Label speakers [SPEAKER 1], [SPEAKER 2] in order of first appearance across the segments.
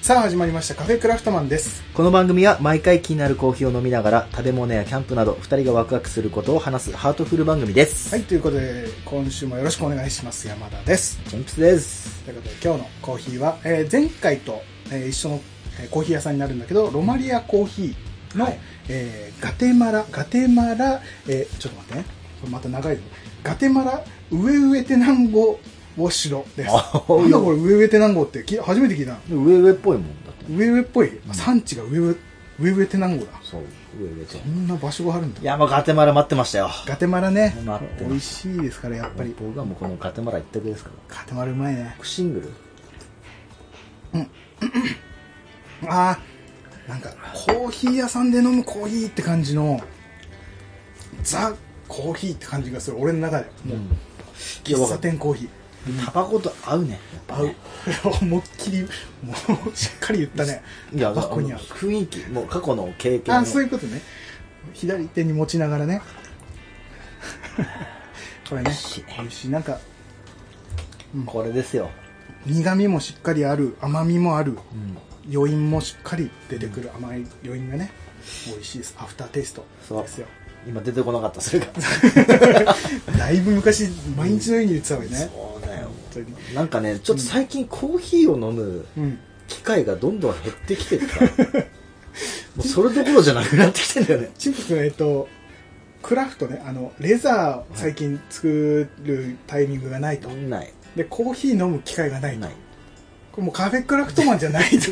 [SPEAKER 1] さあ始まりましたカフェクラフトマンです
[SPEAKER 2] この番組は毎回気になるコーヒーを飲みながら食べ物やキャンプなど2人がワクワクすることを話すハートフル番組です。
[SPEAKER 1] はいということで今週もよろしくお願いします山田です
[SPEAKER 2] チャンプスです。
[SPEAKER 1] ということで今日のコーヒーは、えー前回と、えー一緒のえーコーヒー屋さんになるんだけどロマリアコーヒーの、
[SPEAKER 2] はい
[SPEAKER 1] えーガテマラガテマラ、えーちょっと待ってねこれまた長いぞガテマラ上上テナンゴウォシロです
[SPEAKER 2] あ
[SPEAKER 1] なんだこれ上上テナンゴってき初めて聞いたの
[SPEAKER 2] 上上っぽいもんだって。
[SPEAKER 1] 上上っぽい、産地が上上上上テナンゴだ
[SPEAKER 2] そう、上上と
[SPEAKER 1] こ。んな場所があるんだ
[SPEAKER 2] いや、もうガテマラ待ってましたよ。
[SPEAKER 1] ガテマラね
[SPEAKER 2] 待ってます
[SPEAKER 1] 美味しいですからやっぱり
[SPEAKER 2] 僕はもうこのガテマラ一択ですから。
[SPEAKER 1] ガテマラうまいね
[SPEAKER 2] シングル
[SPEAKER 1] ああなんかコーヒー屋さんで飲むコーヒーって感じのザコーヒーって感じがする俺の中でもう喫茶店コーヒー
[SPEAKER 2] タバコと合うね。やっぱ
[SPEAKER 1] 合う
[SPEAKER 2] ね
[SPEAKER 1] 思いっきりもうしっかり言ったね
[SPEAKER 2] いや、
[SPEAKER 1] タバコに合う
[SPEAKER 2] あの雰囲気、もう過去の経験
[SPEAKER 1] あ
[SPEAKER 2] の
[SPEAKER 1] あそういうことね左手に持ちながら ねこれね
[SPEAKER 2] 美味しい
[SPEAKER 1] 美味しいなんか
[SPEAKER 2] これですよ。
[SPEAKER 1] 苦味もしっかりある甘みもある
[SPEAKER 2] うん。
[SPEAKER 1] 余韻もしっかり出てくる甘い余韻がね美味しいですアフターテイスト
[SPEAKER 2] そう
[SPEAKER 1] ですよ。
[SPEAKER 2] 今出てこなかった、それが。
[SPEAKER 1] だいぶ昔毎日のように言ってたわけね
[SPEAKER 2] そうだよ。
[SPEAKER 1] 本当に
[SPEAKER 2] なんかね、ちょっと最近コーヒーを飲む
[SPEAKER 1] うん
[SPEAKER 2] 機会がどんどん減ってきて てさもうそれどころじゃなくなってきてんだよね
[SPEAKER 1] チンプスのえっとクラフトねあのレザーを最近作るタイミングがないと
[SPEAKER 2] ない
[SPEAKER 1] でコーヒー飲む機会がないと
[SPEAKER 2] ない
[SPEAKER 1] これもうカフェクラフトマンじゃない と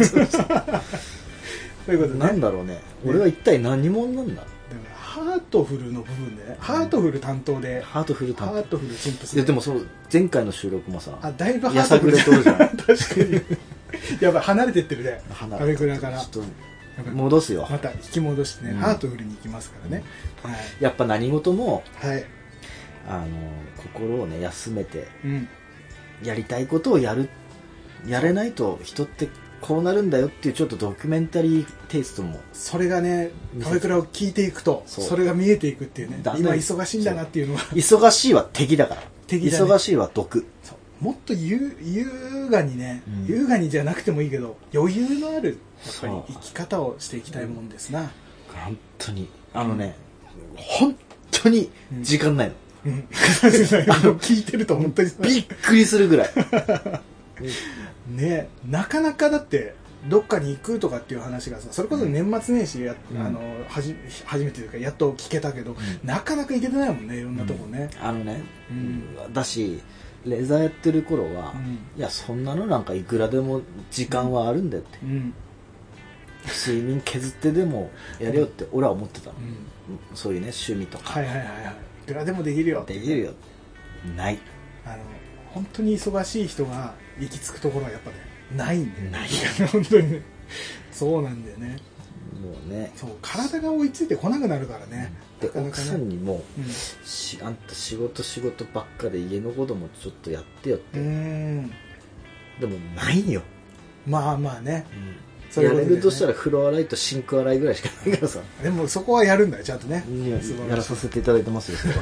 [SPEAKER 1] ということでね
[SPEAKER 2] なんだろうね俺は一体何者なん
[SPEAKER 1] だ
[SPEAKER 2] だ
[SPEAKER 1] からハートフルの部分でねハートフル担当で
[SPEAKER 2] ハートフルタ
[SPEAKER 1] ハー
[SPEAKER 2] ン
[SPEAKER 1] トフルチンプス
[SPEAKER 2] いやでもそう前回の収録もさ
[SPEAKER 1] あだいぶハ
[SPEAKER 2] や
[SPEAKER 1] ート
[SPEAKER 2] さ
[SPEAKER 1] フ
[SPEAKER 2] ぐ
[SPEAKER 1] ル
[SPEAKER 2] れとるじ ゃん
[SPEAKER 1] 確かにやばい離れてってるね
[SPEAKER 2] 花
[SPEAKER 1] 食べくらから
[SPEAKER 2] ちょっ
[SPEAKER 1] やば
[SPEAKER 2] と
[SPEAKER 1] い
[SPEAKER 2] 戻すよ
[SPEAKER 1] また引き戻してね、
[SPEAKER 2] うん
[SPEAKER 1] ハートフルに行きますからね、
[SPEAKER 2] やっぱ何事も
[SPEAKER 1] はい、はい
[SPEAKER 2] あの心をね休めて
[SPEAKER 1] うん、
[SPEAKER 2] やりたいことをやるやれないと人ってこうなるんだよっていうちょっとドキュメンタリーテイストも
[SPEAKER 1] それがね
[SPEAKER 2] 見
[SPEAKER 1] カ
[SPEAKER 2] せ
[SPEAKER 1] フェクラを聞いていくとそ
[SPEAKER 2] そう
[SPEAKER 1] れが見えていくっていうね
[SPEAKER 2] だん
[SPEAKER 1] 今
[SPEAKER 2] だん
[SPEAKER 1] 忙しいんだなっていうのが
[SPEAKER 2] 忙しいは敵だから
[SPEAKER 1] 敵だね
[SPEAKER 2] 忙しいは毒
[SPEAKER 1] そうもっとゆ優雅にね、
[SPEAKER 2] うん
[SPEAKER 1] 優雅にじゃなくてもいいけど余裕のあるやっぱり
[SPEAKER 2] そう
[SPEAKER 1] 生き方をしていきたいもんです な、
[SPEAKER 2] 本当にあのね、本当に時間ないの、
[SPEAKER 1] うんあの 聞いてると本当に
[SPEAKER 2] びっくりするぐらい
[SPEAKER 1] ねなかなかだってどっかに行くとかっていう話がさそれこそ年末年始や、
[SPEAKER 2] うん
[SPEAKER 1] あのはじ初めてというかやっと聞けたけど、
[SPEAKER 2] ん
[SPEAKER 1] なかなか行けてないもんねいろんなとこね、
[SPEAKER 2] あのね、
[SPEAKER 1] うん
[SPEAKER 2] だしレザーやってる頃は、
[SPEAKER 1] うん
[SPEAKER 2] いやそんなのなんかいくらでも時間はあるんだよって、
[SPEAKER 1] うんうん
[SPEAKER 2] 睡眠削ってでもやれよって俺は思ってたの、そういうね趣味と
[SPEAKER 1] は
[SPEAKER 2] か
[SPEAKER 1] いはいはいはいいくらでもできるよ
[SPEAKER 2] できるよない
[SPEAKER 1] あの本当に忙しい人が行き着くところはやっぱねないんだよね
[SPEAKER 2] ない
[SPEAKER 1] 本当にねそうなんだよね
[SPEAKER 2] もうね
[SPEAKER 1] そう体が追いついてこなくなるからね、
[SPEAKER 2] で
[SPEAKER 1] なかな
[SPEAKER 2] 奥
[SPEAKER 1] か
[SPEAKER 2] さん
[SPEAKER 1] ね
[SPEAKER 2] にも
[SPEAKER 1] うん
[SPEAKER 2] しあんた仕事仕事ばっかで家のこともちょっとやってよって、
[SPEAKER 1] うーん
[SPEAKER 2] でもないよ
[SPEAKER 1] まあまあねそういう
[SPEAKER 2] や
[SPEAKER 1] こと
[SPEAKER 2] れ
[SPEAKER 1] でね
[SPEAKER 2] るとしたら風呂洗いとシンク洗いぐらいしかないからさ
[SPEAKER 1] でもそこはやるんだよちゃんとね素晴
[SPEAKER 2] やら
[SPEAKER 1] らしい
[SPEAKER 2] させていただいてますよそれ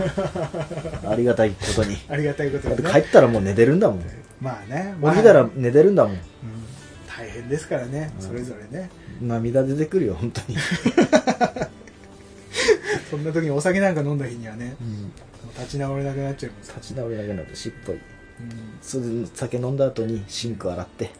[SPEAKER 2] はありがたいことに
[SPEAKER 1] ありがたいこと
[SPEAKER 2] だっ
[SPEAKER 1] で
[SPEAKER 2] て
[SPEAKER 1] ね
[SPEAKER 2] 帰ったらもう寝てるんだもん
[SPEAKER 1] まあね、まあ、
[SPEAKER 2] 起きたら寝てるんだもん
[SPEAKER 1] うん大変ですからね、それぞれね
[SPEAKER 2] 涙出てくるよ本当に、
[SPEAKER 1] そんな時にお酒なんか飲んだ日にはねもう立ち直れなくなっちゃいます
[SPEAKER 2] 立ち直れなくなってしっぽい
[SPEAKER 1] うん
[SPEAKER 2] それで酒飲んだ後にシンク洗って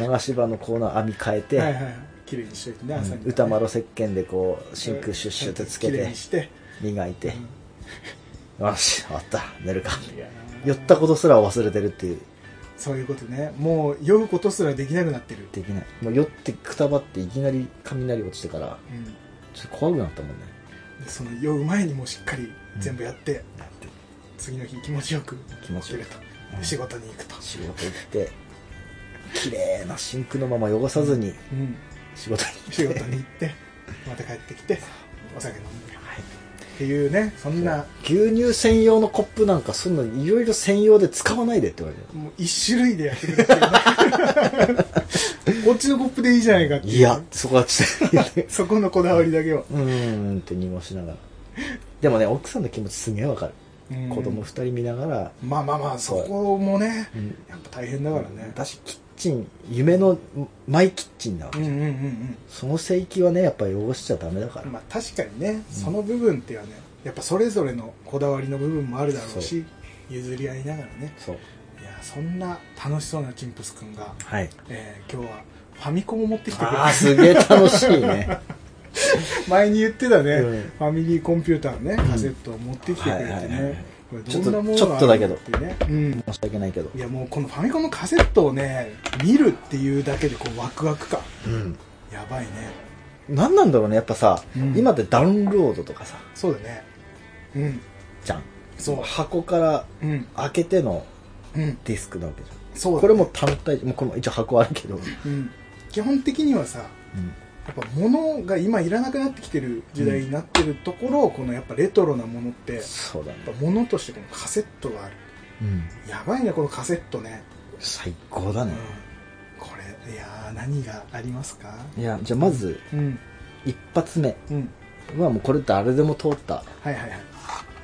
[SPEAKER 2] 流し場のコーナー網変えて、
[SPEAKER 1] はいはいはい綺麗にしといてね朝にはね、
[SPEAKER 2] 歌丸石鹸でこうシンクシュッシュってつけ
[SPEAKER 1] 綺麗
[SPEAKER 2] て
[SPEAKER 1] にして
[SPEAKER 2] 磨いて、よし終わった寝るか
[SPEAKER 1] いやー
[SPEAKER 2] 酔ったことすら忘れてるっていう
[SPEAKER 1] そういうことねもう酔うことすらできなくなってる、
[SPEAKER 2] できないもう酔ってくたばっていきなり雷落ちてから
[SPEAKER 1] うん、で
[SPEAKER 2] ちょっと怖くなったもんね
[SPEAKER 1] その酔う前にもしっかり全部やって、
[SPEAKER 2] だって
[SPEAKER 1] 次の日気持ちよく
[SPEAKER 2] 気持ちよく
[SPEAKER 1] 起きると、
[SPEAKER 2] うん
[SPEAKER 1] 仕事に行くと、
[SPEAKER 2] 仕事行って綺麗なシンクのまま汚さずに
[SPEAKER 1] うん、
[SPEAKER 2] 仕事に行って
[SPEAKER 1] 仕事
[SPEAKER 2] は
[SPEAKER 1] に行って また帰ってきてお酒飲んで
[SPEAKER 2] い
[SPEAKER 1] っていうねそんな
[SPEAKER 2] 牛乳専用のコップなんかそんないろいろ専用で使わないでって言われて
[SPEAKER 1] もう一種類でやってくれっていう ねこっちのコップでいいじゃないかっていう
[SPEAKER 2] いやそこはちょっと
[SPEAKER 1] そこのこだわりだけは
[SPEAKER 2] うーんって濁しながらでもね奥さんの気持ちすげえわかる、
[SPEAKER 1] うん
[SPEAKER 2] 子供二人見ながら、
[SPEAKER 1] まあまあまあそこもね
[SPEAKER 2] うん
[SPEAKER 1] やっぱ大変だからね
[SPEAKER 2] だしきっチン夢のマイキッチンなわけ
[SPEAKER 1] うんうんうんうん
[SPEAKER 2] その聖域はねやっぱ汚しちゃダメだから、
[SPEAKER 1] まあ確かにねその部分っていうのはねやっぱそれぞれのこだわりの部分もあるだろうし譲り合いながらね
[SPEAKER 2] そう
[SPEAKER 1] いやそんな楽しそうなチンプスくんが、
[SPEAKER 2] はい
[SPEAKER 1] えー今日はファミコンを持ってきてくれ
[SPEAKER 2] ああすげえ楽しいね
[SPEAKER 1] た前に言ってたね、
[SPEAKER 2] うん
[SPEAKER 1] ファミリーコンピューターのねカセットを持ってきてくれて
[SPEAKER 2] はいはいはいはい
[SPEAKER 1] ねこれどんなもの
[SPEAKER 2] ちょっと
[SPEAKER 1] がある
[SPEAKER 2] ちょ
[SPEAKER 1] の
[SPEAKER 2] っ
[SPEAKER 1] っ
[SPEAKER 2] と
[SPEAKER 1] ていうね、うん、
[SPEAKER 2] 申し訳ないけど
[SPEAKER 1] いやもうこのファミコンのカセットをね見るっていうだけでこうワクワク感
[SPEAKER 2] うん
[SPEAKER 1] やばいね
[SPEAKER 2] 何なんだろうねやっぱさ、
[SPEAKER 1] うん
[SPEAKER 2] 今ってダウンロードとかさ
[SPEAKER 1] そうだねうん
[SPEAKER 2] じゃん
[SPEAKER 1] そう
[SPEAKER 2] 箱から
[SPEAKER 1] うん
[SPEAKER 2] 開けての
[SPEAKER 1] うん
[SPEAKER 2] ディスクなわけじゃん
[SPEAKER 1] そうだね
[SPEAKER 2] これも単体もうこの一応箱あるけど、
[SPEAKER 1] うん、基本的にはさやっぱ物が今いらなくなってきてる時代になってるところをこのやっぱレトロなものってやっ
[SPEAKER 2] そうだね、
[SPEAKER 1] ぱ物としてこのカセットがある
[SPEAKER 2] うん、
[SPEAKER 1] やばいねこのカセットね、
[SPEAKER 2] 最高だ
[SPEAKER 1] うん
[SPEAKER 2] ね、、
[SPEAKER 1] これいやー何がありますか
[SPEAKER 2] いやじゃあまず
[SPEAKER 1] うん
[SPEAKER 2] 一発目
[SPEAKER 1] うん
[SPEAKER 2] はもうこれ誰でも通った
[SPEAKER 1] はいはいはい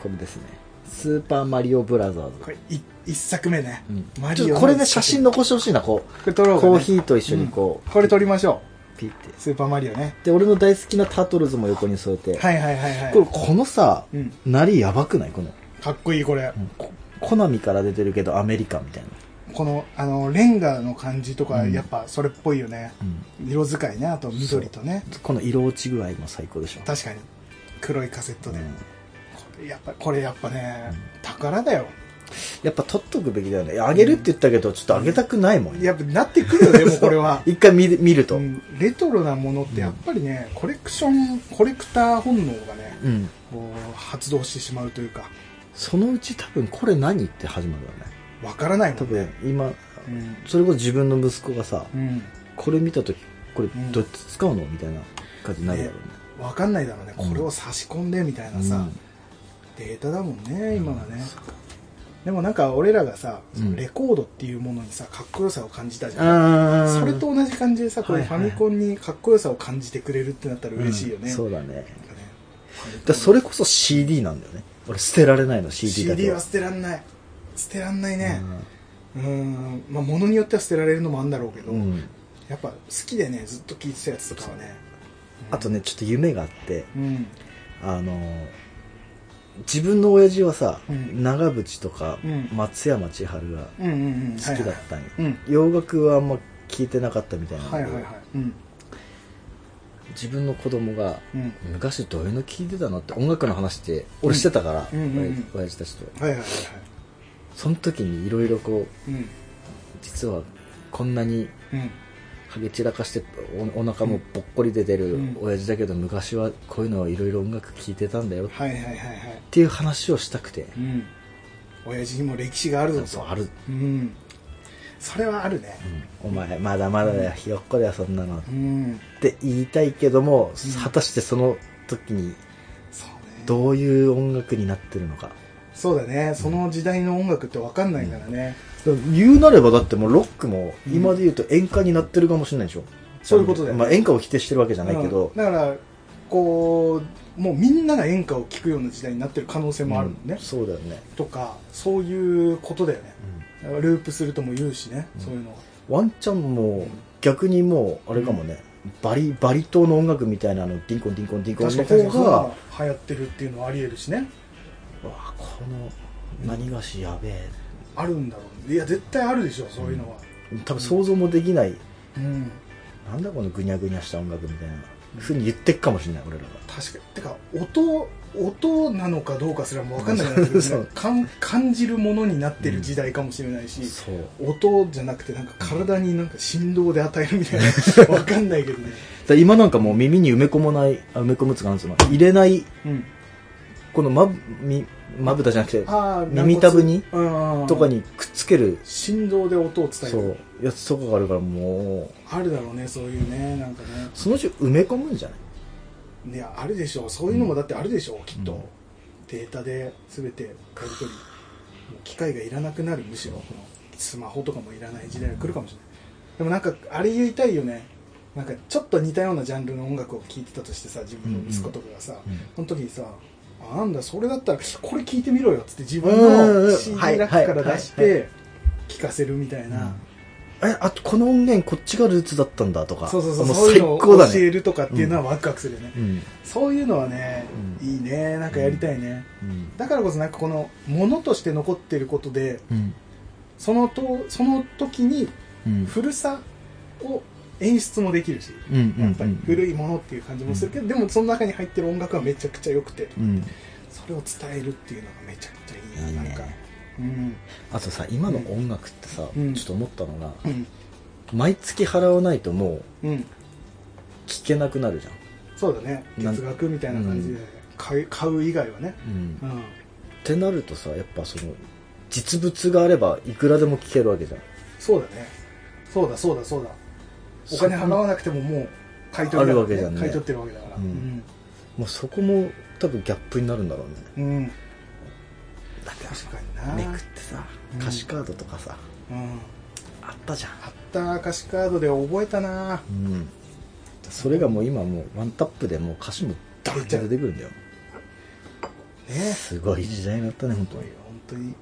[SPEAKER 2] これですねスーパーマリオブラザーズ
[SPEAKER 1] これい一作目ね、
[SPEAKER 2] うん
[SPEAKER 1] マ
[SPEAKER 2] ち
[SPEAKER 1] リ
[SPEAKER 2] ょ
[SPEAKER 1] オ
[SPEAKER 2] っとこれで写真
[SPEAKER 1] の
[SPEAKER 2] 残してほしいなこう
[SPEAKER 1] これ撮ろうかね
[SPEAKER 2] コーヒーと一緒にこう、
[SPEAKER 1] これ撮りましょ
[SPEAKER 2] ピッて
[SPEAKER 1] うスーパーマリオね
[SPEAKER 2] で俺の大好きなタートルズも横に添えて、
[SPEAKER 1] はいはいはいはい
[SPEAKER 2] これこのさ、
[SPEAKER 1] うん
[SPEAKER 2] なりやばくないこの
[SPEAKER 1] かっこいいこれ、
[SPEAKER 2] こコナミから出てるけどアメリカみたいな、
[SPEAKER 1] このあのレンガの感じとか
[SPEAKER 2] うん
[SPEAKER 1] やっぱそれっぽいよね、色使いねあと緑とね
[SPEAKER 2] この色落ち具合も最高でしょ
[SPEAKER 1] 確かに黒いカセットで、
[SPEAKER 2] うん
[SPEAKER 1] これやっぱこれやっぱね、宝だよ
[SPEAKER 2] やっぱ取っとくべきだよねあげるって言ったけどちょっとあげたくないもんね
[SPEAKER 1] やっぱなってくるよでもこれ は
[SPEAKER 2] 一回見る見ると、
[SPEAKER 1] う
[SPEAKER 2] うん
[SPEAKER 1] んレトロなものってやっぱりね、コレクションコレクター本能がねこう発動してしまうというか
[SPEAKER 2] そのうち多分これ何って始まるよね
[SPEAKER 1] わからないも
[SPEAKER 2] 多
[SPEAKER 1] んね
[SPEAKER 2] 分今
[SPEAKER 1] うん、
[SPEAKER 2] それこそ自分の息子がさ、
[SPEAKER 1] うん、
[SPEAKER 2] これ見た時これ
[SPEAKER 1] ん
[SPEAKER 2] どうやって使うのみたいな感じになるだろうね
[SPEAKER 1] わかんないだろうねこれを差し込んでみたいなさ、
[SPEAKER 2] うん
[SPEAKER 1] データだもんね今がね、でもなんか俺らがさ、
[SPEAKER 2] うん
[SPEAKER 1] そのレコードっていうものにさかっこよさを感じたじゃん
[SPEAKER 2] あー
[SPEAKER 1] それと同じ感じでさこれ
[SPEAKER 2] はい
[SPEAKER 1] フ
[SPEAKER 2] は
[SPEAKER 1] ァ
[SPEAKER 2] い
[SPEAKER 1] ミコンにかっこよさを感じてくれるってなったら嬉しいよね、
[SPEAKER 2] うんそうだね
[SPEAKER 1] なんかね
[SPEAKER 2] だそれこそ CD なんだよね俺捨てられないの CD だけ
[SPEAKER 1] CD は捨てらんない捨てらんないね
[SPEAKER 2] うん
[SPEAKER 1] うんんまあ物によっては捨てられるのもあるんだろうけど、
[SPEAKER 2] うん
[SPEAKER 1] やっぱ好きでねずっと聴いてたやつとかはね
[SPEAKER 2] あとねちょっと夢があって
[SPEAKER 1] うん
[SPEAKER 2] あのー自分の親父はさ、
[SPEAKER 1] うん
[SPEAKER 2] 長渕とか、
[SPEAKER 1] うん
[SPEAKER 2] 松山千春が
[SPEAKER 1] うんうんうん
[SPEAKER 2] 好き
[SPEAKER 1] はい
[SPEAKER 2] だ
[SPEAKER 1] は
[SPEAKER 2] っ
[SPEAKER 1] い
[SPEAKER 2] たんよ、
[SPEAKER 1] うん
[SPEAKER 2] 洋楽はあんま聞いてなかったみたいなんだ
[SPEAKER 1] はい
[SPEAKER 2] け
[SPEAKER 1] は
[SPEAKER 2] ど、
[SPEAKER 1] いはいうん
[SPEAKER 2] 自分の子供が
[SPEAKER 1] うん
[SPEAKER 2] 昔どういうの聞いてたのって音楽の話って俺してたから、
[SPEAKER 1] うんうんうんうん
[SPEAKER 2] 親父たちと
[SPEAKER 1] はいはいはいはい
[SPEAKER 2] その時にいろいろこう
[SPEAKER 1] うん
[SPEAKER 2] 実はこんなに
[SPEAKER 1] うん
[SPEAKER 2] ハゲ散らかしておお腹もぼっこり出てる
[SPEAKER 1] うん
[SPEAKER 2] 親父だけど、昔はこういうのをいろいろ音楽聴いてたんだよっ
[SPEAKER 1] はいはいはいはい
[SPEAKER 2] ていう話をしたくて、
[SPEAKER 1] うん親父にも歴史があるぞ
[SPEAKER 2] そう
[SPEAKER 1] と
[SPEAKER 2] ある、
[SPEAKER 1] うんそれはあるね
[SPEAKER 2] お前まだまだだよ、ひよっこだよそんなのっ
[SPEAKER 1] うん
[SPEAKER 2] て言いたいけど
[SPEAKER 1] う
[SPEAKER 2] も、
[SPEAKER 1] ん
[SPEAKER 2] 果たしてその時に
[SPEAKER 1] そうね
[SPEAKER 2] どういう音楽になってるのか
[SPEAKER 1] そうだねその時代の音楽って分かんないからね、
[SPEAKER 2] 言うなればだってもうロックも今で言うと演歌になってるかもしれないでしょ、
[SPEAKER 1] そういうことだよね
[SPEAKER 2] まあ、演歌を否定してるわけじゃないけど
[SPEAKER 1] うん、だからこうもうみんなが演歌を聴くような時代になってる可能性もあるもんね
[SPEAKER 2] うん、そうだよね、
[SPEAKER 1] とかそういうことだよねだからループするとも言うしね、そういうのが
[SPEAKER 2] ワンチャンもう逆にもうあれかもね、バリバリ島の音楽みたいなのディンコンディンコンディンコン
[SPEAKER 1] 確
[SPEAKER 2] の
[SPEAKER 1] かにそ
[SPEAKER 2] 方
[SPEAKER 1] ういうの
[SPEAKER 2] が
[SPEAKER 1] が流行ってるっていうのはありえるしね
[SPEAKER 2] うわこの何がしやべえ
[SPEAKER 1] あるんだろうねいや絶対あるでしょそういうのは
[SPEAKER 2] 多分想像もできない、
[SPEAKER 1] うん
[SPEAKER 2] なんだこのぐにゃぐにゃした音楽みたいなふうに言ってっかもしれない俺らが
[SPEAKER 1] 確かにてか音音なのかどうかすらもう分かんないなってくるね
[SPEAKER 2] そう
[SPEAKER 1] 感感じるものになってる時代かもしれないし、
[SPEAKER 2] そう
[SPEAKER 1] 音じゃなくてなんか体になんか振動で与えるみたいなわかんないけどね、
[SPEAKER 2] だ今なんかもう耳に埋め込まないあ埋め込むつかなんつうの入れない
[SPEAKER 1] うん、
[SPEAKER 2] このまぶみまぶたじゃなくて
[SPEAKER 1] あー
[SPEAKER 2] 耳たぶに
[SPEAKER 1] 軟骨うん
[SPEAKER 2] とかにくっつける
[SPEAKER 1] 振動で音を伝え
[SPEAKER 2] そ
[SPEAKER 1] る
[SPEAKER 2] うやつとかがあるからもう
[SPEAKER 1] あるだろうねそういうねなんかね
[SPEAKER 2] そのうち埋め込むんじゃない
[SPEAKER 1] いやあるでしょうそういうのもだってあるでしょう、きっと、
[SPEAKER 2] うん
[SPEAKER 1] データで全てやり取りもう機械がいらなくなるむしろこのスマホとかもいらない時代が来るかもしれないでもなんかあれ言いたいよねなんかちょっと似たようなジャンルの音楽を聴いてたとしてさ自分の息子とかがさ、
[SPEAKER 2] うん
[SPEAKER 1] その時にさあなんだそれだったらこれ聞いてみろよっつって自分
[SPEAKER 2] うんうんう
[SPEAKER 1] の
[SPEAKER 2] ん
[SPEAKER 1] CD
[SPEAKER 2] はい
[SPEAKER 1] ラックから
[SPEAKER 2] はい
[SPEAKER 1] 出し
[SPEAKER 2] はい
[SPEAKER 1] て聞かせるみたいな、
[SPEAKER 2] えあこの音源こっちがルーツだったんだとか
[SPEAKER 1] そうそうそう
[SPEAKER 2] もう
[SPEAKER 1] そうい
[SPEAKER 2] 最
[SPEAKER 1] うのを
[SPEAKER 2] 高だ
[SPEAKER 1] 教
[SPEAKER 2] ね
[SPEAKER 1] えるとかっていうのはワクワクするよね、
[SPEAKER 2] うん
[SPEAKER 1] そういうのはね、
[SPEAKER 2] う
[SPEAKER 1] いいねなんかやりたいね、
[SPEAKER 2] うん
[SPEAKER 1] だからこそなんかこのものとして残ってることで
[SPEAKER 2] うん
[SPEAKER 1] そのとその時に
[SPEAKER 2] うん
[SPEAKER 1] 古さを演出もできるし
[SPEAKER 2] うん
[SPEAKER 1] やっぱり古
[SPEAKER 2] い
[SPEAKER 1] いものっていう感じもするけど、でもその中に入ってる音楽はめちゃくちゃ良くて
[SPEAKER 2] うん
[SPEAKER 1] それを伝えるっていうのがめちゃくちゃいいななんか
[SPEAKER 2] いいね
[SPEAKER 1] うん
[SPEAKER 2] あとさ今の音楽ってさ、
[SPEAKER 1] うん
[SPEAKER 2] ちょっと思ったのが、
[SPEAKER 1] うん
[SPEAKER 2] 毎月払わないともう
[SPEAKER 1] うん
[SPEAKER 2] 聴けなくなるじゃん、
[SPEAKER 1] そうだね
[SPEAKER 2] なん
[SPEAKER 1] 月額みたいな感じで
[SPEAKER 2] う
[SPEAKER 1] 買う買う以外はね
[SPEAKER 2] うん
[SPEAKER 1] う
[SPEAKER 2] っ
[SPEAKER 1] ん
[SPEAKER 2] てなるとさやっぱその実物があればいくらでも聴けるわけじゃん
[SPEAKER 1] そうだねそうだそうだそうだお金払わなくてももう買い取り
[SPEAKER 2] あ
[SPEAKER 1] だ
[SPEAKER 2] る
[SPEAKER 1] から
[SPEAKER 2] わけじゃんね
[SPEAKER 1] 買い取ってるわけだから
[SPEAKER 2] う
[SPEAKER 1] うんん、
[SPEAKER 2] もうそこも多分ギャップになるんだろうね
[SPEAKER 1] うん、
[SPEAKER 2] だって
[SPEAKER 1] 確かにな
[SPEAKER 2] めくってさ
[SPEAKER 1] うん
[SPEAKER 2] 歌詞カードとかさ、
[SPEAKER 1] うん
[SPEAKER 2] あったじゃん
[SPEAKER 1] あった歌詞カードで覚えたな
[SPEAKER 2] うんそれがもう今もうワンタップでもう歌詞もダーンって出てくるんだよ
[SPEAKER 1] ね
[SPEAKER 2] すごい時代になったね本当に
[SPEAKER 1] 本当に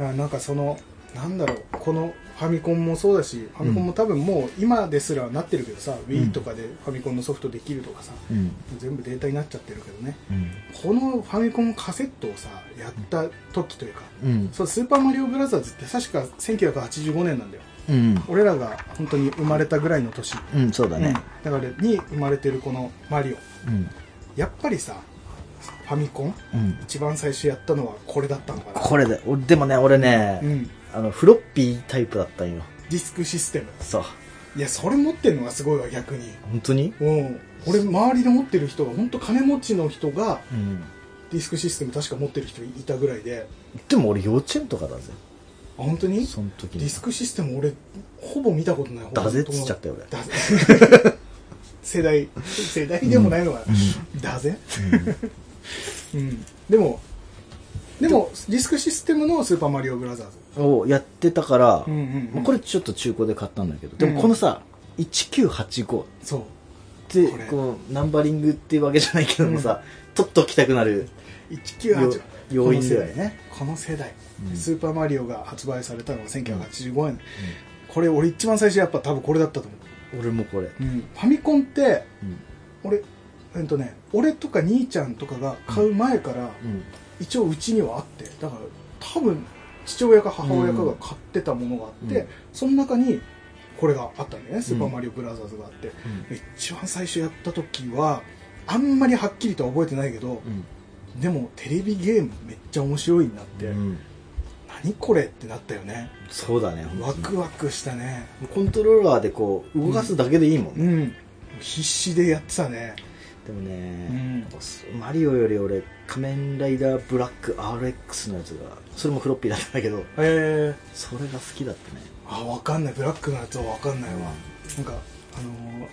[SPEAKER 1] あなんかそのなんだろうこのファミコンもそうだしファミコンも多分もう今ですらなってるけどさ、Wii とかでファミコンのソフトできるとかさ
[SPEAKER 2] うん
[SPEAKER 1] 全部データになっちゃってるけどね
[SPEAKER 2] うん
[SPEAKER 1] このファミコンカセットをさやった時というか、
[SPEAKER 2] うん
[SPEAKER 1] そうスーパーマリオブラザーズって確か1985年なんだよ
[SPEAKER 2] うん
[SPEAKER 1] 俺らが本当に生まれたぐらいの年、
[SPEAKER 2] うんそうだ
[SPEAKER 1] うん
[SPEAKER 2] ね
[SPEAKER 1] だからに生まれてるこのマリオ
[SPEAKER 2] うん
[SPEAKER 1] やっぱりさファミコン
[SPEAKER 2] うん
[SPEAKER 1] 一番最初やったのはこれだったのかな
[SPEAKER 2] これで俺でもね俺ね、
[SPEAKER 1] うん、
[SPEAKER 2] あのフロッピータイプだったんよ
[SPEAKER 1] ディスクシステム
[SPEAKER 2] そう
[SPEAKER 1] いやそれ持ってるのがすごいわ逆に
[SPEAKER 2] 本当に
[SPEAKER 1] うん俺周りで持ってる人が本当金持ちの人が
[SPEAKER 2] うん
[SPEAKER 1] ディスクシステム確か持ってる人いたぐらいで
[SPEAKER 2] でも俺幼稚園とかだぜ
[SPEAKER 1] あ本当に
[SPEAKER 2] その時
[SPEAKER 1] デ
[SPEAKER 2] に
[SPEAKER 1] ィスクシステム俺ほぼ見たことない
[SPEAKER 2] だぜっつっちゃったよ俺
[SPEAKER 1] だぜ 世代世代でもないのかな、だぜ、うん、でもでもディスクシステムの「スーパーマリオブラザーズ
[SPEAKER 2] をやってたから、」
[SPEAKER 1] うんうんうん
[SPEAKER 2] これちょっと中古で買ったんだけどでも
[SPEAKER 1] うん
[SPEAKER 2] このさ、1985っ
[SPEAKER 1] そう
[SPEAKER 2] て
[SPEAKER 1] これ
[SPEAKER 2] こうナンバリングっていうわけじゃないけどもさ、取っときたくなる
[SPEAKER 1] 198
[SPEAKER 2] よ要因
[SPEAKER 1] この
[SPEAKER 2] だ
[SPEAKER 1] 世
[SPEAKER 2] よね
[SPEAKER 1] 代ねこの世代、
[SPEAKER 2] うん
[SPEAKER 1] スーパーマリオが発売されたのが1985年、これ俺一番最初やっぱ多分これだったと思
[SPEAKER 2] 俺もこれ、
[SPEAKER 1] う、ファミコンって
[SPEAKER 2] うん
[SPEAKER 1] 俺えっとね俺とか兄ちゃんとかが買う前から一応うちにはあってだから多分父親か母親かが買ってたものがあって、
[SPEAKER 2] うん
[SPEAKER 1] その中にこれがあったんだよね「スーパーマリオブラザーズ」があって、一番最初やった時はあんまりはっきりとは覚えてないけど、でもテレビゲームめっちゃ面白いになって、
[SPEAKER 2] うん
[SPEAKER 1] 何これってなったよね
[SPEAKER 2] そうだね
[SPEAKER 1] ワクワクしたね
[SPEAKER 2] コントローラーでこう動かすだけでいいもん
[SPEAKER 1] う
[SPEAKER 2] ね、
[SPEAKER 1] ん必死でやってたね
[SPEAKER 2] でもね、
[SPEAKER 1] うん
[SPEAKER 2] やっぱすマリオより俺仮面ライダーブラック RX のやつがそれもフロッピーだったんだけど
[SPEAKER 1] へえ
[SPEAKER 2] それが好きだったね
[SPEAKER 1] あ分かんないブラックのやつは分かんないわ、なんかあの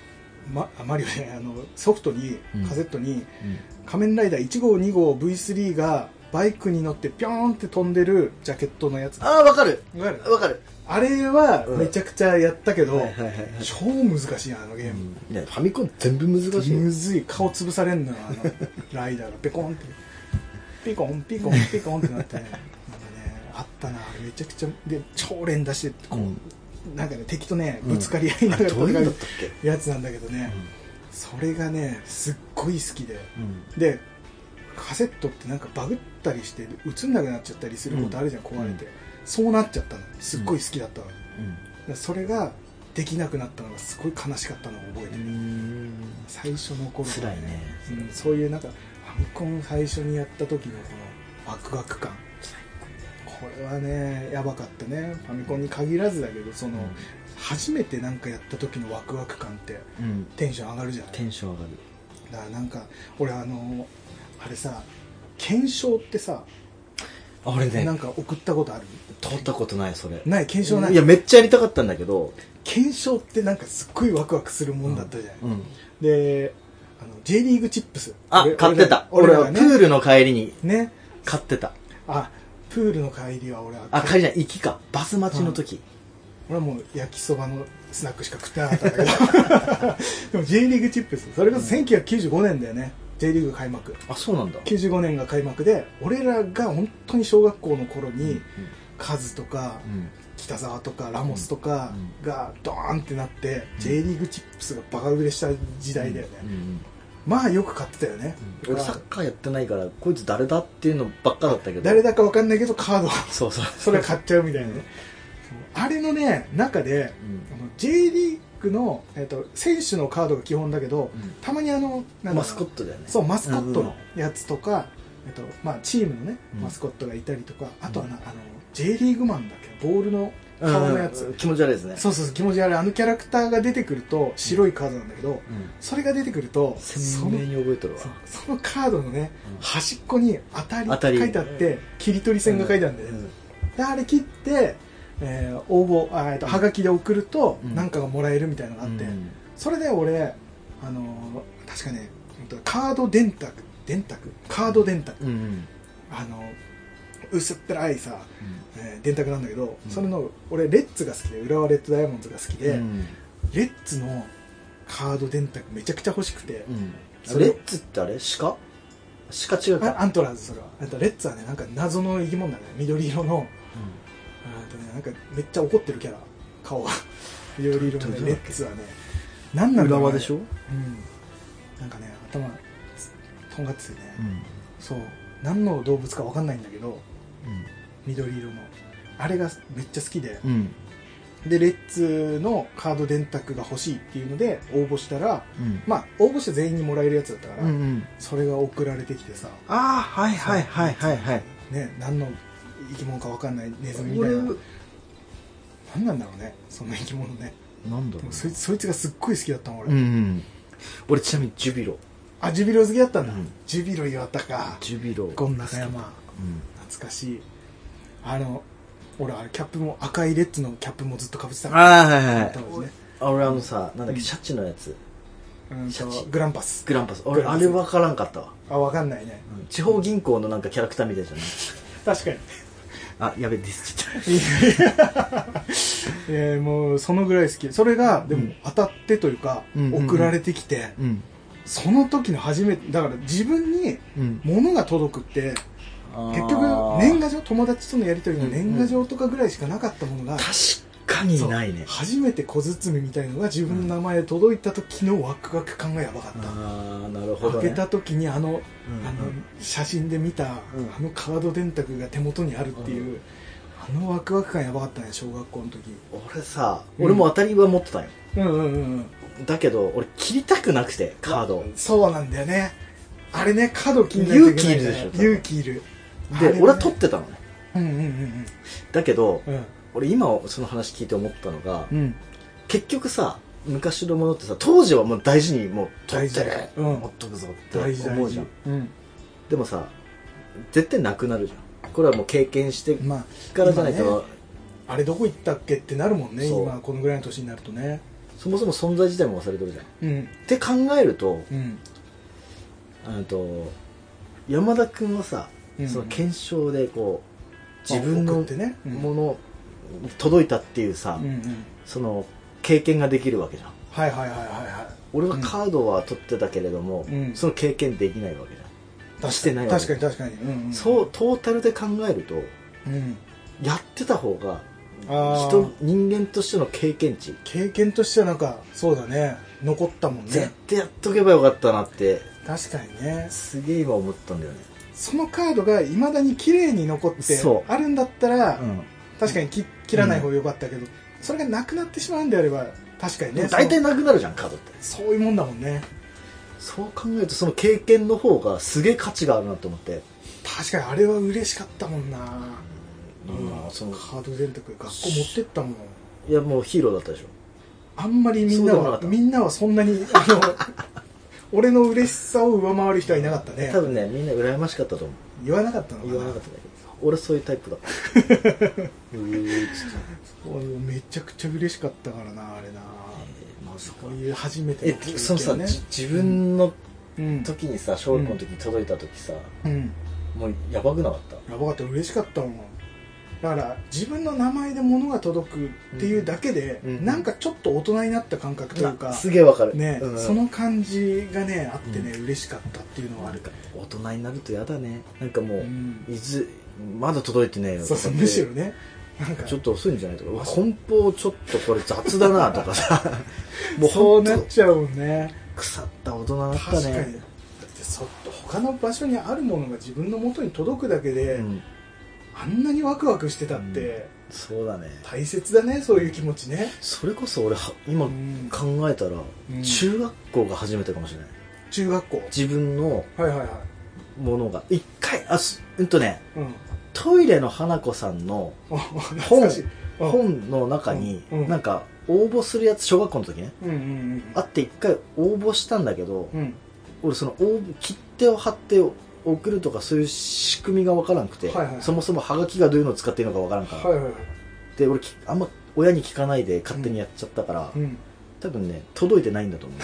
[SPEAKER 1] ーま、あマリオじゃないあのソフトに
[SPEAKER 2] うん
[SPEAKER 1] カセットに「仮面ライダー1号2号 V3」がバイクに乗ってピョーンって飛んでるジャケットのやつ
[SPEAKER 2] ああわかる
[SPEAKER 1] わかる
[SPEAKER 2] わかる
[SPEAKER 1] あれは
[SPEAKER 2] うん
[SPEAKER 1] めちゃくちゃやったけど、
[SPEAKER 2] はいはいはいはい
[SPEAKER 1] 超難しいなあのゲーム、
[SPEAKER 2] いやファミコン全部難しい、
[SPEAKER 1] むずい顔潰されんのよあのライダーがペコンってピコンピコンピコンってなってねなんかねあったなあれめちゃくちゃで超連打してこう、なんかね敵とねぶつかり合いながら
[SPEAKER 2] どういうん
[SPEAKER 1] 戦
[SPEAKER 2] だ
[SPEAKER 1] う
[SPEAKER 2] ったっけ
[SPEAKER 1] やつなんだけどね、それがねすっごい好きででカセットってなんかバグったりして映んなくなっちゃったりすることあるじゃん、壊れて、そうなっちゃったのすっごい好きだったのに、でそれができなくなったのがすごい悲しかったのを覚えてる、最初の頃は
[SPEAKER 2] 辛いね
[SPEAKER 1] うん、そういうなんかファミコン最初にやった時のこのワクワク感これはねやばかったねファミコンに限らずだけどその、
[SPEAKER 2] うん
[SPEAKER 1] 初めてなんかやった時のワクワク感って
[SPEAKER 2] うん
[SPEAKER 1] テンション上がるじゃない
[SPEAKER 2] テンション上がる
[SPEAKER 1] だからなんか俺あのあれさ検証ってさ、
[SPEAKER 2] あ俺ね
[SPEAKER 1] なんか送ったことある
[SPEAKER 2] 通ったことないそれ
[SPEAKER 1] ない検証ない
[SPEAKER 2] いやめっちゃやりたかったんだけど
[SPEAKER 1] 検証ってなんかすっごいワクワクするもんだったじゃない、
[SPEAKER 2] うん
[SPEAKER 1] であの J リーグチップス
[SPEAKER 2] あ
[SPEAKER 1] 俺
[SPEAKER 2] 買ってた
[SPEAKER 1] 俺
[SPEAKER 2] 俺
[SPEAKER 1] ら
[SPEAKER 2] は
[SPEAKER 1] が
[SPEAKER 2] プ
[SPEAKER 1] ね
[SPEAKER 2] ールの帰りに
[SPEAKER 1] ね
[SPEAKER 2] 買ってた
[SPEAKER 1] あプールの帰りは俺は
[SPEAKER 2] あ帰りじゃない行きかバス待ちの時
[SPEAKER 1] 俺はもう焼きそばのスナックしか食ってなかったん だけどでも J リーグチップスそれこそ1995年だよね、J リーグ開幕
[SPEAKER 2] あそうなんだ
[SPEAKER 1] 95年が開幕で俺らが本当に小学校の頃に、カズとか、
[SPEAKER 2] うん
[SPEAKER 1] 北沢とかラモスとかがドーンってなって J リーグチップスがバカ売れした時代だよね、まあよく買ってたよね、
[SPEAKER 2] 俺サッカーやってないからこいつ誰だっていうのばっかだったけど
[SPEAKER 1] 誰だか分かんないけどカードは
[SPEAKER 2] そうそう
[SPEAKER 1] それ買っちゃうみたいなねあれのね中で、
[SPEAKER 2] うん
[SPEAKER 1] あの J リーグの、えっと選手のカードが基本だけど、
[SPEAKER 2] うん
[SPEAKER 1] たまにあのなんだ
[SPEAKER 2] マスコットだよね
[SPEAKER 1] そうマスコットのやつとか、えっとまあ、チームのね
[SPEAKER 2] うん
[SPEAKER 1] マスコットがいたりとか、あとはなあの J リーグマンだっけボールの顔のやつ、
[SPEAKER 2] うん気持ち悪いですね
[SPEAKER 1] そうそうそう気持ち悪いあのキャラクターが出てくると白いカードなんだけど、
[SPEAKER 2] うん
[SPEAKER 1] それが出てくるとそ
[SPEAKER 2] 鮮
[SPEAKER 1] の
[SPEAKER 2] 明に覚えてるわ
[SPEAKER 1] そうそのカードのね、
[SPEAKER 2] うん
[SPEAKER 1] 端っこに「当たり」
[SPEAKER 2] 当た
[SPEAKER 1] って
[SPEAKER 2] り
[SPEAKER 1] 書いてあって切り取り線が書いてあるんだよね、
[SPEAKER 2] うん
[SPEAKER 1] であれ切って、えー応募あー、えっとはがきで送ると
[SPEAKER 2] うん
[SPEAKER 1] 何かがもらえるみたいなのがあって、
[SPEAKER 2] うん
[SPEAKER 1] それで俺、あのー確かねほんとカード電卓電卓カード電卓、
[SPEAKER 2] うんうん
[SPEAKER 1] あのー薄っぺらいさ、えー電卓なんだけど、それの俺レッツが好きで浦和レッドダイヤモンドが好きで、
[SPEAKER 2] うん
[SPEAKER 1] レッツのカード電卓めちゃくちゃ欲しくて、
[SPEAKER 2] うん
[SPEAKER 1] それ
[SPEAKER 2] レッツってあれ鹿鹿違う
[SPEAKER 1] あ
[SPEAKER 2] か
[SPEAKER 1] アントラーズそれはあとレッツはねなんか謎の生き物だね緑色のあと、ね、なんかめっちゃ怒ってるキャラ顔が緑色のね
[SPEAKER 2] どう
[SPEAKER 1] レ
[SPEAKER 2] いうわけ
[SPEAKER 1] ッツはね何
[SPEAKER 2] う
[SPEAKER 1] なんんだろ
[SPEAKER 2] 浦
[SPEAKER 1] う、ね、
[SPEAKER 2] 和でしょ
[SPEAKER 1] うんなんかね頭とんがっててね、そう何の動物かわかんないんだけど緑色のあれがめっちゃ好きで
[SPEAKER 2] う、ん
[SPEAKER 1] でレッツのカード電卓が欲しいっていうので応募したら
[SPEAKER 2] うん
[SPEAKER 1] まあ応募して全員にもらえるやつだったから、
[SPEAKER 2] うんうん
[SPEAKER 1] それが送られてきてさ
[SPEAKER 2] ああはいはいはいはいはい
[SPEAKER 1] ね何の生き物かわかんないネズミみ
[SPEAKER 2] こ
[SPEAKER 1] たい
[SPEAKER 2] れ
[SPEAKER 1] な何なんだろうねその生き物ね
[SPEAKER 2] なんだ
[SPEAKER 1] で
[SPEAKER 2] ろ
[SPEAKER 1] もそいつそいつがすっごい好きだったの俺、
[SPEAKER 2] ううんうん俺ちなみにジュビロ
[SPEAKER 1] あジュビロ好きだったんだ、
[SPEAKER 2] うん
[SPEAKER 1] ジュビロ岩田か
[SPEAKER 2] ジュビロ
[SPEAKER 1] ゴン中山
[SPEAKER 2] うん
[SPEAKER 1] 懐かしいあの俺あれキャップも赤いレッツのキャップもずっとかぶってた
[SPEAKER 2] ああはいはいは
[SPEAKER 1] 多分
[SPEAKER 2] い
[SPEAKER 1] ね
[SPEAKER 2] あ俺あのさなんだっ
[SPEAKER 1] うん
[SPEAKER 2] けシャチのやつ
[SPEAKER 1] うん
[SPEAKER 2] シ
[SPEAKER 1] と
[SPEAKER 2] ャチ
[SPEAKER 1] グランパス
[SPEAKER 2] グランパス
[SPEAKER 1] グ
[SPEAKER 2] 俺
[SPEAKER 1] ラン
[SPEAKER 2] あ
[SPEAKER 1] パス
[SPEAKER 2] れ分からんかったわ
[SPEAKER 1] あわかんないね
[SPEAKER 2] 地方銀行のなんかキャラクターみたいじゃない
[SPEAKER 1] 確かに
[SPEAKER 2] あやべディスっちゃっ
[SPEAKER 1] えーもうそのぐらい好きそれがで
[SPEAKER 2] う
[SPEAKER 1] も
[SPEAKER 2] ん
[SPEAKER 1] 当たってというか、
[SPEAKER 2] うんうんうん
[SPEAKER 1] 送られてきて、
[SPEAKER 2] たうん
[SPEAKER 1] その時の初めてだから自分に
[SPEAKER 2] うん
[SPEAKER 1] 物が届くって結局年賀状友達とのやり取りの年賀状とかぐらいしかなかったものが、
[SPEAKER 2] 確かにないね
[SPEAKER 1] そう初めて小包みみたいのが自分の名前で届いた時のワクワク感がやばかった、
[SPEAKER 2] ああなるほどね
[SPEAKER 1] 開けた時にあの,、
[SPEAKER 2] う
[SPEAKER 1] あ
[SPEAKER 2] ん
[SPEAKER 1] の写真で見た、
[SPEAKER 2] うん
[SPEAKER 1] あのカード電卓が手元にあるっていう、あのワクワク感やばかったね小学校の時
[SPEAKER 2] 俺さ
[SPEAKER 1] うん
[SPEAKER 2] 俺も当たりは持ってたよ
[SPEAKER 1] うんうんうんうん
[SPEAKER 2] だけど俺切りたくなくてカードを
[SPEAKER 1] そうなんだよねあれね角切んないといけないんだよ
[SPEAKER 2] 勇気いる
[SPEAKER 1] 勇気いるあれ
[SPEAKER 2] で
[SPEAKER 1] ね
[SPEAKER 2] 俺は取ってたのね
[SPEAKER 1] うんうんうん
[SPEAKER 2] だけど
[SPEAKER 1] うん
[SPEAKER 2] 俺今その話聞いて思ったのが
[SPEAKER 1] うん
[SPEAKER 2] 結局さ昔のものってさ当時はもう大事にもう取って
[SPEAKER 1] 大
[SPEAKER 2] ね
[SPEAKER 1] 事うん
[SPEAKER 2] 持っとくぞって
[SPEAKER 1] 大事
[SPEAKER 2] 思
[SPEAKER 1] 大
[SPEAKER 2] うじゃ
[SPEAKER 1] 事
[SPEAKER 2] ん
[SPEAKER 1] うん
[SPEAKER 2] でもさ絶対なくなるじゃんこれはもう経験して
[SPEAKER 1] まあ
[SPEAKER 2] からじゃない
[SPEAKER 1] 今ね
[SPEAKER 2] と
[SPEAKER 1] あれどこ行ったっけってなるもんね
[SPEAKER 2] そう
[SPEAKER 1] 今このぐらいの年になるとね
[SPEAKER 2] そもそも存在自体も忘れてるじゃんっ
[SPEAKER 1] うん
[SPEAKER 2] て考えると
[SPEAKER 1] うん
[SPEAKER 2] あのと山田君はさ、
[SPEAKER 1] うん
[SPEAKER 2] その検証でこう自分
[SPEAKER 1] まあ
[SPEAKER 2] の
[SPEAKER 1] 送ってねうん
[SPEAKER 2] もの、届いたっていうさ、
[SPEAKER 1] うんうん
[SPEAKER 2] その経験ができるわけじゃん
[SPEAKER 1] はいはいはいはいは
[SPEAKER 2] 俺はカードは取ってたけれども、
[SPEAKER 1] うん
[SPEAKER 2] その経験できないわけじゃ
[SPEAKER 1] い出
[SPEAKER 2] してないわ
[SPEAKER 1] 確かに確かにうんうん
[SPEAKER 2] ん、そうトータルで考えると
[SPEAKER 1] うん
[SPEAKER 2] やってた方が
[SPEAKER 1] あ
[SPEAKER 2] 人
[SPEAKER 1] 人
[SPEAKER 2] 人間としての経験値
[SPEAKER 1] 経験としてはなんかそうだね残ったもん
[SPEAKER 2] 絶
[SPEAKER 1] ね
[SPEAKER 2] 対やっとけばよかったなって
[SPEAKER 1] 確かにね
[SPEAKER 2] すげえ今思ったんだよね、
[SPEAKER 1] そのカードがいまだに綺麗に残って
[SPEAKER 2] そう
[SPEAKER 1] あるんだったら、
[SPEAKER 2] うん
[SPEAKER 1] 確かに切切らない方が良かったけど、それがなくなってしまうんであれば確かに
[SPEAKER 2] で
[SPEAKER 1] ね
[SPEAKER 2] も大体なくなるじゃんカードって
[SPEAKER 1] そうそういうもんだもんね
[SPEAKER 2] そう考えるとその経験の方がすげえ価値があるなと思って、
[SPEAKER 1] 確かにあれは嬉しかったもんな、
[SPEAKER 2] うん
[SPEAKER 1] うん
[SPEAKER 2] その
[SPEAKER 1] カード電卓学校持ってったもん
[SPEAKER 2] いやもうヒーローだったでしょ
[SPEAKER 1] あんまりみんな
[SPEAKER 2] そうでもなか
[SPEAKER 1] は
[SPEAKER 2] った
[SPEAKER 1] みんなはそんなにあ の俺の嬉しさを上回る人はいなかったね
[SPEAKER 2] 多分ねみんな羨ましかったと思う
[SPEAKER 1] 言わなかったのかな
[SPEAKER 2] 言わなかっただけど俺そういうタイプだったうーっつって
[SPEAKER 1] 俺もめちゃくちゃ嬉しかったからなあれな、
[SPEAKER 2] えーまさか
[SPEAKER 1] こういう初めて
[SPEAKER 2] え
[SPEAKER 1] の経験ね
[SPEAKER 2] そのさ、じ自分の
[SPEAKER 1] うん、
[SPEAKER 2] 時にさ小学校の時に届いた時さ、
[SPEAKER 1] うん、
[SPEAKER 2] もうやばくなかっ
[SPEAKER 1] やばかった嬉しかったもんだから自分の名前で物が届くっていうだけで、
[SPEAKER 2] うん
[SPEAKER 1] なんかちょっと大人になった感覚という
[SPEAKER 2] た
[SPEAKER 1] か、
[SPEAKER 2] すげえわかる
[SPEAKER 1] ね、
[SPEAKER 2] うん
[SPEAKER 1] その感じがねあってね、嬉しかったっていうのはあ
[SPEAKER 2] なん
[SPEAKER 1] る
[SPEAKER 2] か大人になるとやだねなんかもう、
[SPEAKER 1] うん
[SPEAKER 2] いずまだ届いてねえよ
[SPEAKER 1] そうそう
[SPEAKER 2] とかって
[SPEAKER 1] むしろねなんか
[SPEAKER 2] ちょっと遅いんじゃないとかうわ梱包ちょっとこれ雑だなと かさもう
[SPEAKER 1] そ
[SPEAKER 2] ほ
[SPEAKER 1] うん
[SPEAKER 2] と
[SPEAKER 1] なっちゃうね
[SPEAKER 2] 腐った大人だった
[SPEAKER 1] 確かにだっ
[SPEAKER 2] ね
[SPEAKER 1] てそ他の場所にあるものが自分の元に届くだけで、
[SPEAKER 2] うん、
[SPEAKER 1] あんなにワクワクしてたって
[SPEAKER 2] そうだね
[SPEAKER 1] 大切だねそういう気持ちね、
[SPEAKER 2] それこそ俺は今
[SPEAKER 1] うん
[SPEAKER 2] 考えたら、
[SPEAKER 1] うん
[SPEAKER 2] 中学校が初めてかもしれない
[SPEAKER 1] 中学校
[SPEAKER 2] 自分の
[SPEAKER 1] はいはいはい
[SPEAKER 2] ものが一回あすうんとね
[SPEAKER 1] うん
[SPEAKER 2] トイレの花子さんの
[SPEAKER 1] あ懐かしいうん
[SPEAKER 2] 本の中に、
[SPEAKER 1] うんうん
[SPEAKER 2] なんか応募するやつ小学校の時ね
[SPEAKER 1] うんうんうん
[SPEAKER 2] あって一回応募したんだけど、
[SPEAKER 1] うん
[SPEAKER 2] 俺その応募切手を貼って送るとかそういう仕組みがわからなくて、
[SPEAKER 1] はいはい
[SPEAKER 2] そもそもハガキがどういうのを使っていいのかわからんから、
[SPEAKER 1] はいはいはい
[SPEAKER 2] で俺きあんま親に聞かないで勝手にやっちゃったから、
[SPEAKER 1] うん
[SPEAKER 2] 多分ね届いてないんだと思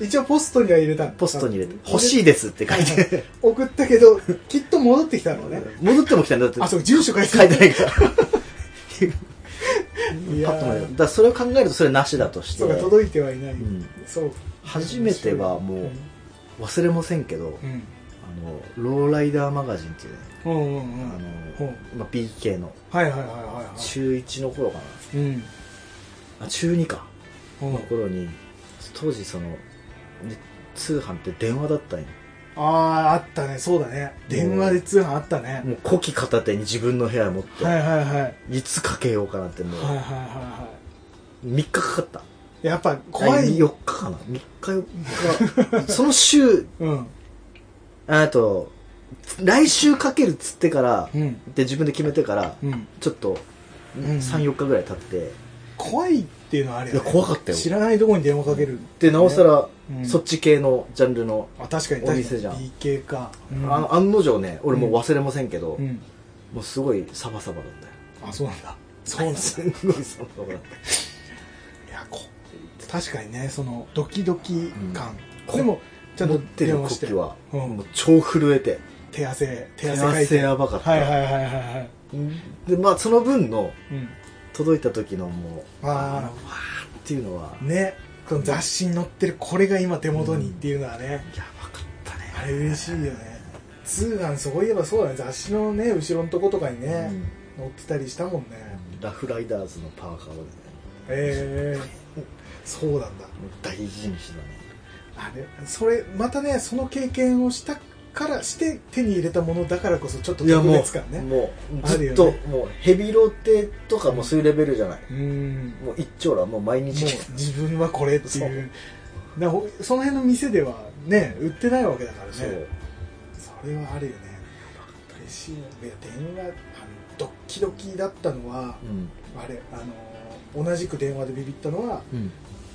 [SPEAKER 2] う
[SPEAKER 1] 一応ポストには入れた
[SPEAKER 2] ポストに入れて「欲
[SPEAKER 1] い
[SPEAKER 2] しいです」って書い て
[SPEAKER 1] 送ったけどきっと戻ってきたのね
[SPEAKER 2] 戻っても来たんだって
[SPEAKER 1] あそう住所書いて
[SPEAKER 2] 書いてないから
[SPEAKER 1] いや
[SPEAKER 2] パッと見た
[SPEAKER 1] ー
[SPEAKER 2] だからそれを考えるとそれなしだとして
[SPEAKER 1] そうか届いてはいない、
[SPEAKER 2] うん
[SPEAKER 1] そう
[SPEAKER 2] 初めてはもう忘れませんけど、
[SPEAKER 1] うん
[SPEAKER 2] あのローライダーマガジンっていうね、
[SPEAKER 1] うんうんうんうん
[SPEAKER 2] あの
[SPEAKER 1] ほ、
[SPEAKER 2] まあ、PK の
[SPEAKER 1] はいはいはいはいはい
[SPEAKER 2] 中1の頃か
[SPEAKER 1] うん
[SPEAKER 2] なあ中2か
[SPEAKER 1] うん
[SPEAKER 2] の頃に当時その、ね、通販って電話だったんよ
[SPEAKER 1] あああったねそうだね電話で通販あったね
[SPEAKER 2] もう古希片手に自分の部屋持って、
[SPEAKER 1] はいはいはいはい
[SPEAKER 2] い、つかけようかなってもう
[SPEAKER 1] はいはいは
[SPEAKER 2] 3日かかった
[SPEAKER 1] いやっぱ怖い
[SPEAKER 2] 4日かな3日4日その週
[SPEAKER 1] うん
[SPEAKER 2] あと来週かけるっつってから、
[SPEAKER 1] うん
[SPEAKER 2] で自分で決めてから
[SPEAKER 1] うん
[SPEAKER 2] ちょっと
[SPEAKER 1] うん
[SPEAKER 2] 34日ぐらい経って、
[SPEAKER 1] 怖いっていうのはあれ
[SPEAKER 2] いや怖かったよ
[SPEAKER 1] 知らないとこに電話かける
[SPEAKER 2] でなおさら、
[SPEAKER 1] うん
[SPEAKER 2] そっち系のジャンルの、
[SPEAKER 1] あ確かに確かに
[SPEAKER 2] お店じゃん
[SPEAKER 1] BK かうん
[SPEAKER 2] あ案の定ね俺もう忘れませんけど、
[SPEAKER 1] うん
[SPEAKER 2] もうすごいサバサバだったよ
[SPEAKER 1] あそうなんだそうなんだ
[SPEAKER 2] すんごいサバサバだ
[SPEAKER 1] い
[SPEAKER 2] った
[SPEAKER 1] やこ確かにねそのドキドキ感、
[SPEAKER 2] うん
[SPEAKER 1] でもちゃん
[SPEAKER 2] 持
[SPEAKER 1] と
[SPEAKER 2] ってる
[SPEAKER 1] 電話して
[SPEAKER 2] 時は、
[SPEAKER 1] うん
[SPEAKER 2] もう超震えて
[SPEAKER 1] 手汗手
[SPEAKER 2] 手
[SPEAKER 1] 汗かい
[SPEAKER 2] 汗
[SPEAKER 1] て
[SPEAKER 2] やばかった、
[SPEAKER 1] はいはいはいはいはい、
[SPEAKER 2] でまあその分の
[SPEAKER 1] うん、
[SPEAKER 2] 届いた時のも
[SPEAKER 1] あ
[SPEAKER 2] うわーっていうのは
[SPEAKER 1] あねこの雑誌に載ってるこれが今手元にっていうのはね、
[SPEAKER 2] やばかったね
[SPEAKER 1] あれ嬉しいよね通販そういえばそうだね雑誌のね後ろのとことかにね、載ってたりしたもんね
[SPEAKER 2] うんラフライダーズのパーカーをね
[SPEAKER 1] ええそうなんだ
[SPEAKER 2] もう大事にしてたね
[SPEAKER 1] あれそれまたねその経験をしたからして手に入れたものだからこそちょっと
[SPEAKER 2] いや
[SPEAKER 1] 特
[SPEAKER 2] も
[SPEAKER 1] 別感
[SPEAKER 2] う
[SPEAKER 1] ね
[SPEAKER 2] もう
[SPEAKER 1] ある
[SPEAKER 2] ず
[SPEAKER 1] よ
[SPEAKER 2] っ
[SPEAKER 1] ね
[SPEAKER 2] ともうヘビロテとかもそういうレベルじゃない、
[SPEAKER 1] うん
[SPEAKER 2] もう一丁羅もう毎日
[SPEAKER 1] も
[SPEAKER 2] 来て
[SPEAKER 1] う自分はこれっていうなほその辺の店ではね売ってないわけだからね
[SPEAKER 2] そ
[SPEAKER 1] そうれはあるよね嬉しいよいや電話あのドッキドキだったのは
[SPEAKER 2] うん
[SPEAKER 1] あれあの同じく電話でビビったのは、
[SPEAKER 2] うん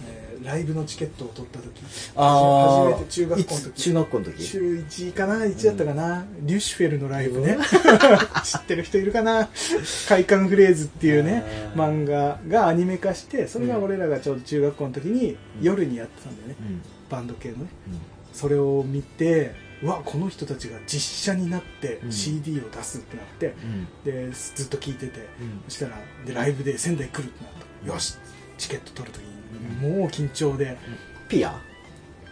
[SPEAKER 1] えーライブのチケットを取った時
[SPEAKER 2] あー
[SPEAKER 1] 初めて中学校の
[SPEAKER 2] いつ
[SPEAKER 1] 時
[SPEAKER 2] 中学校の時
[SPEAKER 1] 週1かな1だったかな、リュシュフェルのライブね 知ってる人いるかな「快感フレーズ」っていうね
[SPEAKER 2] あー
[SPEAKER 1] 漫画がアニメ化してそれが俺らがちょうど中学校の時に
[SPEAKER 2] うん
[SPEAKER 1] 夜にやってたんだよね、
[SPEAKER 2] うん
[SPEAKER 1] バンド系のね
[SPEAKER 2] うん
[SPEAKER 1] それを見てうわこの人たちが実写になって
[SPEAKER 2] うん
[SPEAKER 1] CD を出すってなって、
[SPEAKER 2] うん
[SPEAKER 1] でずっと聴いてて
[SPEAKER 2] うん
[SPEAKER 1] そしたらでライブで仙台来るってなったよしチケット取る時にもう緊張で
[SPEAKER 2] ピア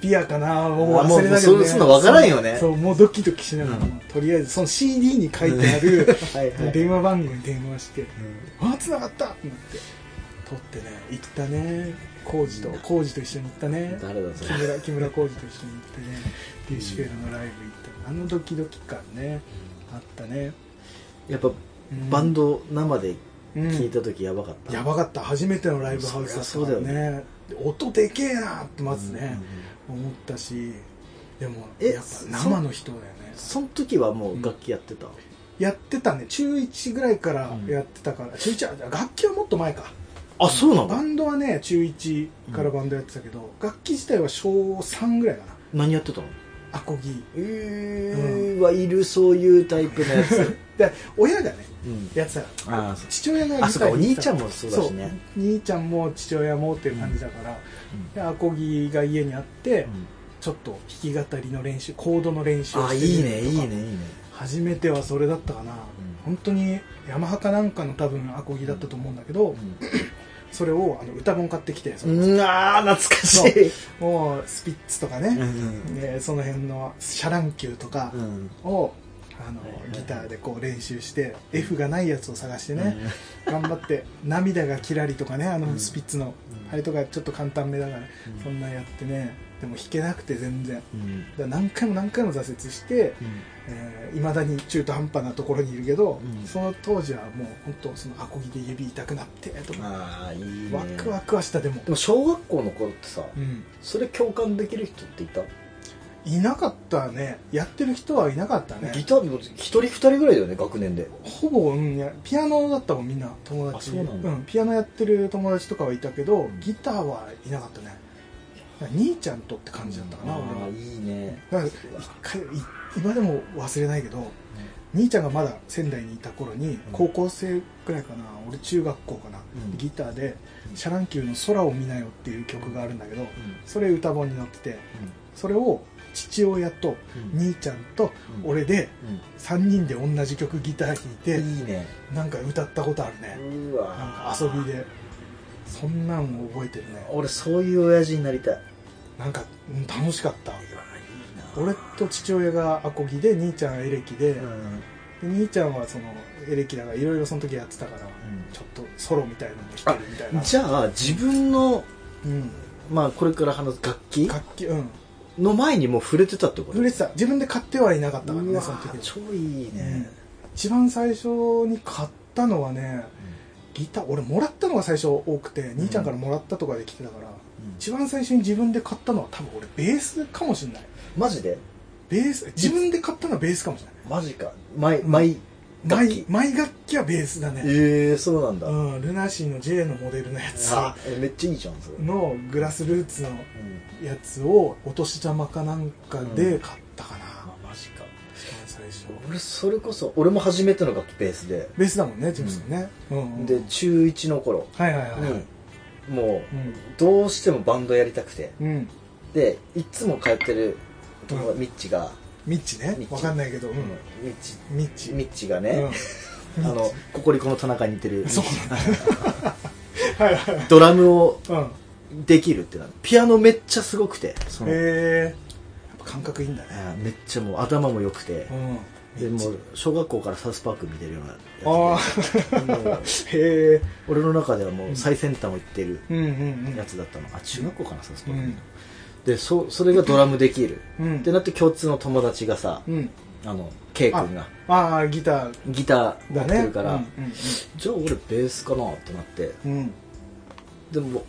[SPEAKER 1] ピアかなもう
[SPEAKER 2] あもう
[SPEAKER 1] 忘れなけど、
[SPEAKER 2] もう
[SPEAKER 1] ね、
[SPEAKER 2] そそんなわからんよね
[SPEAKER 1] そうもうドキドキしながら、
[SPEAKER 2] うん
[SPEAKER 1] とりあえずその CD に書いてあ る
[SPEAKER 2] はいはい
[SPEAKER 1] 電話番号に電話して
[SPEAKER 2] うん
[SPEAKER 1] あ繋がったってなって撮ってね行ったね浩二と
[SPEAKER 2] うん
[SPEAKER 1] 浩二と一緒に行ったね
[SPEAKER 2] 誰だそ
[SPEAKER 1] 木
[SPEAKER 2] れ
[SPEAKER 1] 村木村浩二と一緒に行ってねデューシフェルのライブ行ったあのドキドキ感ねあったね、
[SPEAKER 2] やっぱ
[SPEAKER 1] うん
[SPEAKER 2] バンド生で
[SPEAKER 1] うん
[SPEAKER 2] 聞いた時やばかった
[SPEAKER 1] やばかった初めてのライブハウスだったから
[SPEAKER 2] そりゃそうだ
[SPEAKER 1] ねで音でけえなってまずね
[SPEAKER 2] うん、うん
[SPEAKER 1] 思ったしでも
[SPEAKER 2] え
[SPEAKER 1] やっぱ生の人だよね
[SPEAKER 2] その時はもう楽器やってた、
[SPEAKER 1] やってたね中1ぐらいから
[SPEAKER 2] うん
[SPEAKER 1] やってたから、中1は楽器はもっと前か
[SPEAKER 2] あそうなの
[SPEAKER 1] バンドはね中1からバンドやってたけど、楽器自体は小3ぐらいかな
[SPEAKER 2] 何やってたの
[SPEAKER 1] アコギ
[SPEAKER 2] うーはいるそういうタイプのやつ、
[SPEAKER 1] で親がね
[SPEAKER 2] うん、
[SPEAKER 1] やってたから
[SPEAKER 2] ああそ
[SPEAKER 1] 父親が
[SPEAKER 2] あそうかお兄ちゃん
[SPEAKER 1] も
[SPEAKER 2] もそうだしね
[SPEAKER 1] 兄ちゃんも父親もっていう感じだから、でアコギが家にあって、ちょっと弾き語りの練習コードの練習を
[SPEAKER 2] あ
[SPEAKER 1] して
[SPEAKER 2] い
[SPEAKER 1] み
[SPEAKER 2] い
[SPEAKER 1] る
[SPEAKER 2] ね
[SPEAKER 1] と
[SPEAKER 2] いい
[SPEAKER 1] か
[SPEAKER 2] ねいいね
[SPEAKER 1] 初めてはそれだったかな、本当にヤマハかなんかの多分アコギだったと思うんだけど、それをあの歌本買ってきてその
[SPEAKER 2] うんああ懐かしい
[SPEAKER 1] もうスピッツとか
[SPEAKER 2] う
[SPEAKER 1] ね、
[SPEAKER 2] ん
[SPEAKER 1] でその辺のシャランキューとか
[SPEAKER 2] うん
[SPEAKER 1] を、ああの
[SPEAKER 2] はいはいはい
[SPEAKER 1] ギターでこう練習して F がないやつを探してね、頑張って涙がキラリとかねあ
[SPEAKER 2] う
[SPEAKER 1] の
[SPEAKER 2] ん
[SPEAKER 1] スピッツの、
[SPEAKER 2] うん
[SPEAKER 1] あれとかちょっと簡単めだから、
[SPEAKER 2] うん
[SPEAKER 1] そんなんやってねでも弾けなくて全然だか
[SPEAKER 2] うんうん
[SPEAKER 1] ら何回も何回も挫折していま、えー未だに中途半端なところにいるけど、
[SPEAKER 2] うん
[SPEAKER 1] その当時はもう本当そのアコギで指痛くなってとか、
[SPEAKER 2] ああいいね
[SPEAKER 1] ワクワクはしたでも
[SPEAKER 2] で、も小学校の頃ってさ
[SPEAKER 1] うん、
[SPEAKER 2] それ共感できる人っていた、
[SPEAKER 1] いなかったねやってる人はいなかったね
[SPEAKER 2] ギターも一人二人ぐらいだよね学年で
[SPEAKER 1] ほぼ、うん、やピアノだったもんみんな友達
[SPEAKER 2] あそうなんだ
[SPEAKER 1] ピアノやってる友達とかはいたけど、
[SPEAKER 2] ん
[SPEAKER 1] ギターはいなかったね兄ちゃんとって感じだったかな、
[SPEAKER 2] あ
[SPEAKER 1] 俺
[SPEAKER 2] あ
[SPEAKER 1] はい
[SPEAKER 2] いね
[SPEAKER 1] だから一回い今でも忘れないけど、兄ちゃんがまだ仙台にいた頃に、高校生くらいかな俺中学校かな、
[SPEAKER 2] うん
[SPEAKER 1] ギターで「
[SPEAKER 2] うん
[SPEAKER 1] シャランキューの空を見なよ」っていう曲があるんだけどそれ歌本に載っててそれを父親と
[SPEAKER 2] うん
[SPEAKER 1] 兄ちゃんと
[SPEAKER 2] うん
[SPEAKER 1] 俺で
[SPEAKER 2] う
[SPEAKER 1] 3人で同じ曲ギター弾いて、
[SPEAKER 2] んいいね
[SPEAKER 1] なんか歌ったことあるね、
[SPEAKER 2] うわ
[SPEAKER 1] なんか遊びでそんなんを覚えてるね
[SPEAKER 2] 俺そういう親父になりたい
[SPEAKER 1] なんか、うん楽しかった
[SPEAKER 2] 俺
[SPEAKER 1] 俺と父親がアコギで兄ちゃんエレキで,、
[SPEAKER 2] うん
[SPEAKER 1] で兄ちゃんはそのエレキだからいろいろその時やってたから、ちょっとソロみたいなのも弾けるみたいな
[SPEAKER 2] じゃあ自分の
[SPEAKER 1] うん
[SPEAKER 2] まあこれから話す楽器
[SPEAKER 1] 楽器うん
[SPEAKER 2] の前にもう触れてたってこと
[SPEAKER 1] 触れてた自分で買ってはいなかったから
[SPEAKER 2] う
[SPEAKER 1] ね
[SPEAKER 2] わ
[SPEAKER 1] その時は
[SPEAKER 2] 超いいね
[SPEAKER 1] 一番最初に買ったのはねギター俺もらったのが最初多くて、兄ちゃんからもらったとかで来てたから
[SPEAKER 2] うん
[SPEAKER 1] 一番最初に自分で買ったのは多分俺ベースかもしれない
[SPEAKER 2] マジで
[SPEAKER 1] ベース自分で買ったのはベースかもしれない
[SPEAKER 2] マジかマイマイ楽
[SPEAKER 1] マ
[SPEAKER 2] 器
[SPEAKER 1] イマイ楽器はベースだね、
[SPEAKER 2] ええそうなんだ
[SPEAKER 1] うん、ルナシーの J のモデルのやつ
[SPEAKER 2] あえめっちゃいいじゃんそれ
[SPEAKER 1] のグラスルーツの
[SPEAKER 2] うん
[SPEAKER 1] やつをお年玉かなんかで買ったかな、
[SPEAKER 2] あマジか
[SPEAKER 1] 一番最初
[SPEAKER 2] 俺それこそ俺も初めての楽器ベースで
[SPEAKER 1] ベースだもんねジムスね、うんうん
[SPEAKER 2] で中1の頃
[SPEAKER 1] はいはいはい、うん
[SPEAKER 2] にもうどうしてもバンドやりたくて
[SPEAKER 1] うん、
[SPEAKER 2] でいつも通ってる友達ミッチが
[SPEAKER 1] ミッチね
[SPEAKER 2] ミッチ
[SPEAKER 1] わかんないけど、うん
[SPEAKER 2] ミッチ
[SPEAKER 1] ミッチ
[SPEAKER 2] ミッチが
[SPEAKER 1] うん
[SPEAKER 2] ね、あのココリコの田中に似てる
[SPEAKER 1] そうはいはいはい
[SPEAKER 2] ドラムを
[SPEAKER 1] うん
[SPEAKER 2] できるってなピアノめっちゃすごくてその、
[SPEAKER 1] へえやっぱ感覚いいんだね
[SPEAKER 2] あーめっちゃもう頭も良くて
[SPEAKER 1] う、ん
[SPEAKER 2] でもう小学校からサウスパーク見てるようなやつで
[SPEAKER 1] ああ
[SPEAKER 2] もう
[SPEAKER 1] へえ
[SPEAKER 2] 俺の中ではもう最先端を行ってる
[SPEAKER 1] うんうんうん
[SPEAKER 2] やつだったの、あ中学校かなサウスパーク、
[SPEAKER 1] うん
[SPEAKER 2] でそそれがドラムできる、
[SPEAKER 1] うん
[SPEAKER 2] ってなって共通の友達がさ、
[SPEAKER 1] うん
[SPEAKER 2] あの K 君が
[SPEAKER 1] ああギター
[SPEAKER 2] ギター持
[SPEAKER 1] だ
[SPEAKER 2] っ
[SPEAKER 1] ね
[SPEAKER 2] てるから、
[SPEAKER 1] うん
[SPEAKER 2] じゃあ俺ベースかなってなって
[SPEAKER 1] うん、
[SPEAKER 2] でも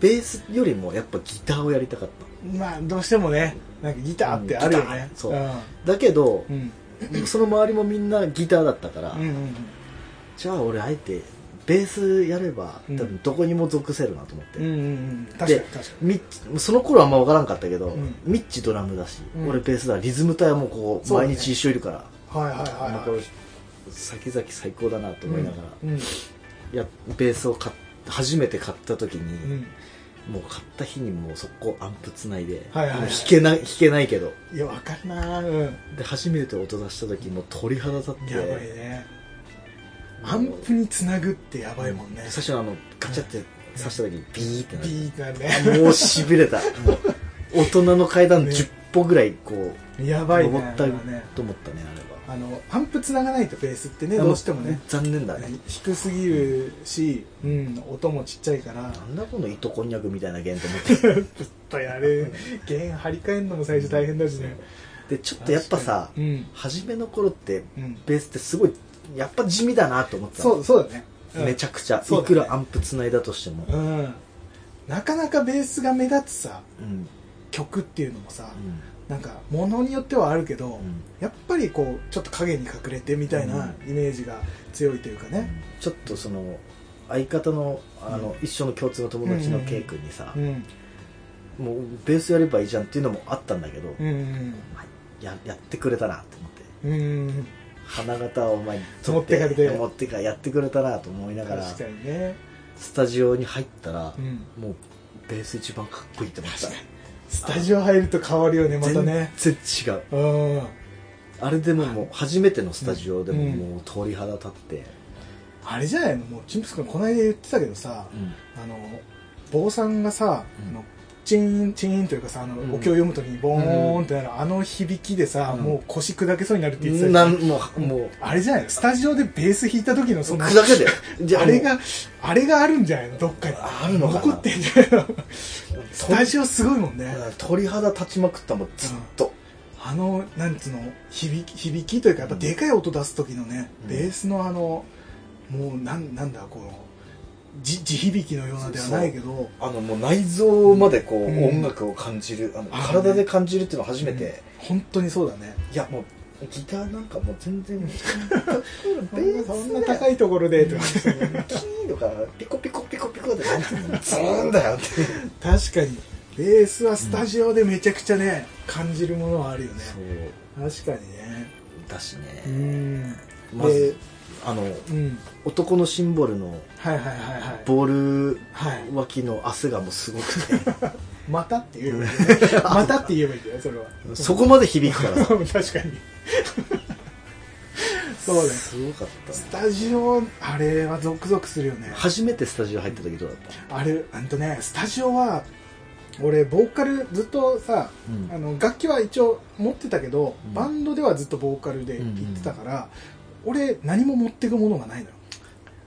[SPEAKER 2] ベースよりもやっぱギターをやりたかっ
[SPEAKER 1] うん、まあどうしてもねなんかギターってあるよ
[SPEAKER 2] うんギ
[SPEAKER 1] ね
[SPEAKER 2] ター、そうんただけど
[SPEAKER 1] う、ん
[SPEAKER 2] その周りもみんなギターだったから、
[SPEAKER 1] うんうん
[SPEAKER 2] じゃあ俺あえてベースやれば
[SPEAKER 1] うん
[SPEAKER 2] 多分どこにも属せるなと思って、
[SPEAKER 1] うんうんうん確かに
[SPEAKER 2] で
[SPEAKER 1] 確かに
[SPEAKER 2] ミッチその頃はあんま分からんかったけど、
[SPEAKER 1] うん
[SPEAKER 2] ミッチドラムだし、
[SPEAKER 1] うん
[SPEAKER 2] 俺ベースだリズム隊はもうこう
[SPEAKER 1] そうだね
[SPEAKER 2] 毎日一緒いるから、
[SPEAKER 1] はいはい
[SPEAKER 2] あの
[SPEAKER 1] はい
[SPEAKER 2] 頃
[SPEAKER 1] はい
[SPEAKER 2] 先々最高だなと思いながら、
[SPEAKER 1] うんうん
[SPEAKER 2] いやベースを買っ初めて買った時に、
[SPEAKER 1] うん
[SPEAKER 2] もう買った日にもう速攻アンプつないで、
[SPEAKER 1] はいはいはい
[SPEAKER 2] もう弾けない弾けないけど
[SPEAKER 1] いやわかるなうん
[SPEAKER 2] で初めて音出した時もう鳥肌立って
[SPEAKER 1] やばいねアンプにつなぐってやばいもんね
[SPEAKER 2] 最初のあのガチャって刺した時にビーってなって
[SPEAKER 1] ビーってなるね
[SPEAKER 2] もうしびれたもう大人の階段
[SPEAKER 1] ね
[SPEAKER 2] 10歩ぐらいこう
[SPEAKER 1] やばいね
[SPEAKER 2] 登った
[SPEAKER 1] あれはね
[SPEAKER 2] と思ったねあ
[SPEAKER 1] あのアンプつながないとベースってね
[SPEAKER 2] れは
[SPEAKER 1] どうしてもね
[SPEAKER 2] 残念だね
[SPEAKER 1] 低すぎるし、うん、音もちっちゃいから
[SPEAKER 2] なんだこの糸こんにゃくみたいな弦と思って
[SPEAKER 1] ちょっとやれ弦張り替えるのも最初大変だしね
[SPEAKER 2] でちょっとやっぱさ
[SPEAKER 1] うん
[SPEAKER 2] 初めの頃って
[SPEAKER 1] うん
[SPEAKER 2] ベースってすごいやっぱ地味だなと思ってた
[SPEAKER 1] そうそうだねうん
[SPEAKER 2] めちゃくちゃ
[SPEAKER 1] そう
[SPEAKER 2] い
[SPEAKER 1] だね
[SPEAKER 2] くらアンプつないだとしても
[SPEAKER 1] うんなかなかベースが目立つさ
[SPEAKER 2] うん
[SPEAKER 1] 曲っていうのもさ、
[SPEAKER 2] うん
[SPEAKER 1] なんかものによってはあるけど、
[SPEAKER 2] うん
[SPEAKER 1] やっぱりこうちょっと影に隠れてみたいなイメージが強いというかね
[SPEAKER 2] ちょっとその相方のあの一緒の共通の友達
[SPEAKER 1] う
[SPEAKER 2] の
[SPEAKER 1] ん
[SPEAKER 2] K 君にさ
[SPEAKER 1] う、ん
[SPEAKER 2] もうベースやればいいじゃんっていうのもあったんだけど、
[SPEAKER 1] うんうん
[SPEAKER 2] まあややってくれたなと思って
[SPEAKER 1] うんうん
[SPEAKER 2] 花形をお前に
[SPEAKER 1] 持ってかれて
[SPEAKER 2] 持ってかやってくれたなと思いながら
[SPEAKER 1] 確かにね、
[SPEAKER 2] スタジオに入ったら
[SPEAKER 1] う、ん、
[SPEAKER 2] もうベース一番かっこいいと思った
[SPEAKER 1] 確かにスタジオ入ると変わるよねまたね
[SPEAKER 2] 全然違う
[SPEAKER 1] うん
[SPEAKER 2] あれでももう初めてのスタジオでも
[SPEAKER 1] うん
[SPEAKER 2] もう鳥肌立って、
[SPEAKER 1] あれじゃないのもうチンプス君この間言ってたけどさ、
[SPEAKER 2] うん
[SPEAKER 1] あの坊さんがさ、
[SPEAKER 2] うん
[SPEAKER 1] あのチーンチーンというかさあの、
[SPEAKER 2] うん
[SPEAKER 1] お経を読むときにボーンってなる、あの響きでさ、
[SPEAKER 2] うん
[SPEAKER 1] もう腰砕けそうになるって言ってたじゃ
[SPEAKER 2] なんんもうもう
[SPEAKER 1] あれじゃないのスタジオでベース弾いた時のその
[SPEAKER 2] 砕け だよじゃ
[SPEAKER 1] あ
[SPEAKER 2] あ
[SPEAKER 1] れがあれがあるんじゃないのどっかに
[SPEAKER 2] あるのかな
[SPEAKER 1] 残ってんじゃないのスタジオすごいもんね、
[SPEAKER 2] もう鳥肌立ちまくったもんずっと、
[SPEAKER 1] あのなんつうの響き響きというかやっぱでかい音出す時のね、
[SPEAKER 2] うん
[SPEAKER 1] ベースのあのもうなんなんだこの地地響きのようなではないけど
[SPEAKER 2] あのもう内臓までこう、
[SPEAKER 1] うん
[SPEAKER 2] 音楽を感じるあの
[SPEAKER 1] あのね
[SPEAKER 2] 体で感じるっていうのは初めて、
[SPEAKER 1] うん本当にそうだね
[SPEAKER 2] いやもうギターなんかもう全然ベース
[SPEAKER 1] そんな高
[SPEAKER 2] い
[SPEAKER 1] いところでとか、
[SPEAKER 2] キーとかピコピコピコピコでなんていうのズーンだよって
[SPEAKER 1] 確かにベースはスタジオでめちゃくちゃね、感じるものはあるよね
[SPEAKER 2] う
[SPEAKER 1] 確かにね
[SPEAKER 2] だし
[SPEAKER 1] う
[SPEAKER 2] ね、
[SPEAKER 1] ん
[SPEAKER 2] まずあの
[SPEAKER 1] うん
[SPEAKER 2] 男のシンボルの
[SPEAKER 1] はいはいはいはい
[SPEAKER 2] ボール
[SPEAKER 1] はい
[SPEAKER 2] 脇の汗がもうすごくて
[SPEAKER 1] またって言えばいいんだ よねまたって言えばいいんだよそ れは
[SPEAKER 2] そこまで響くか
[SPEAKER 1] 確か
[SPEAKER 2] ら
[SPEAKER 1] にそうね
[SPEAKER 2] すごかったね
[SPEAKER 1] スタジオあれはゾクゾクするよね
[SPEAKER 2] 初めてスタジオ入った時どうだっ
[SPEAKER 1] あれあんとねスタジオは俺ボーカルずっとさ、
[SPEAKER 2] うん
[SPEAKER 1] あの楽器は一応持ってたけど、
[SPEAKER 2] うん
[SPEAKER 1] バンドではずっとボーカルで行ってたから、俺何も持ってくものがないのよ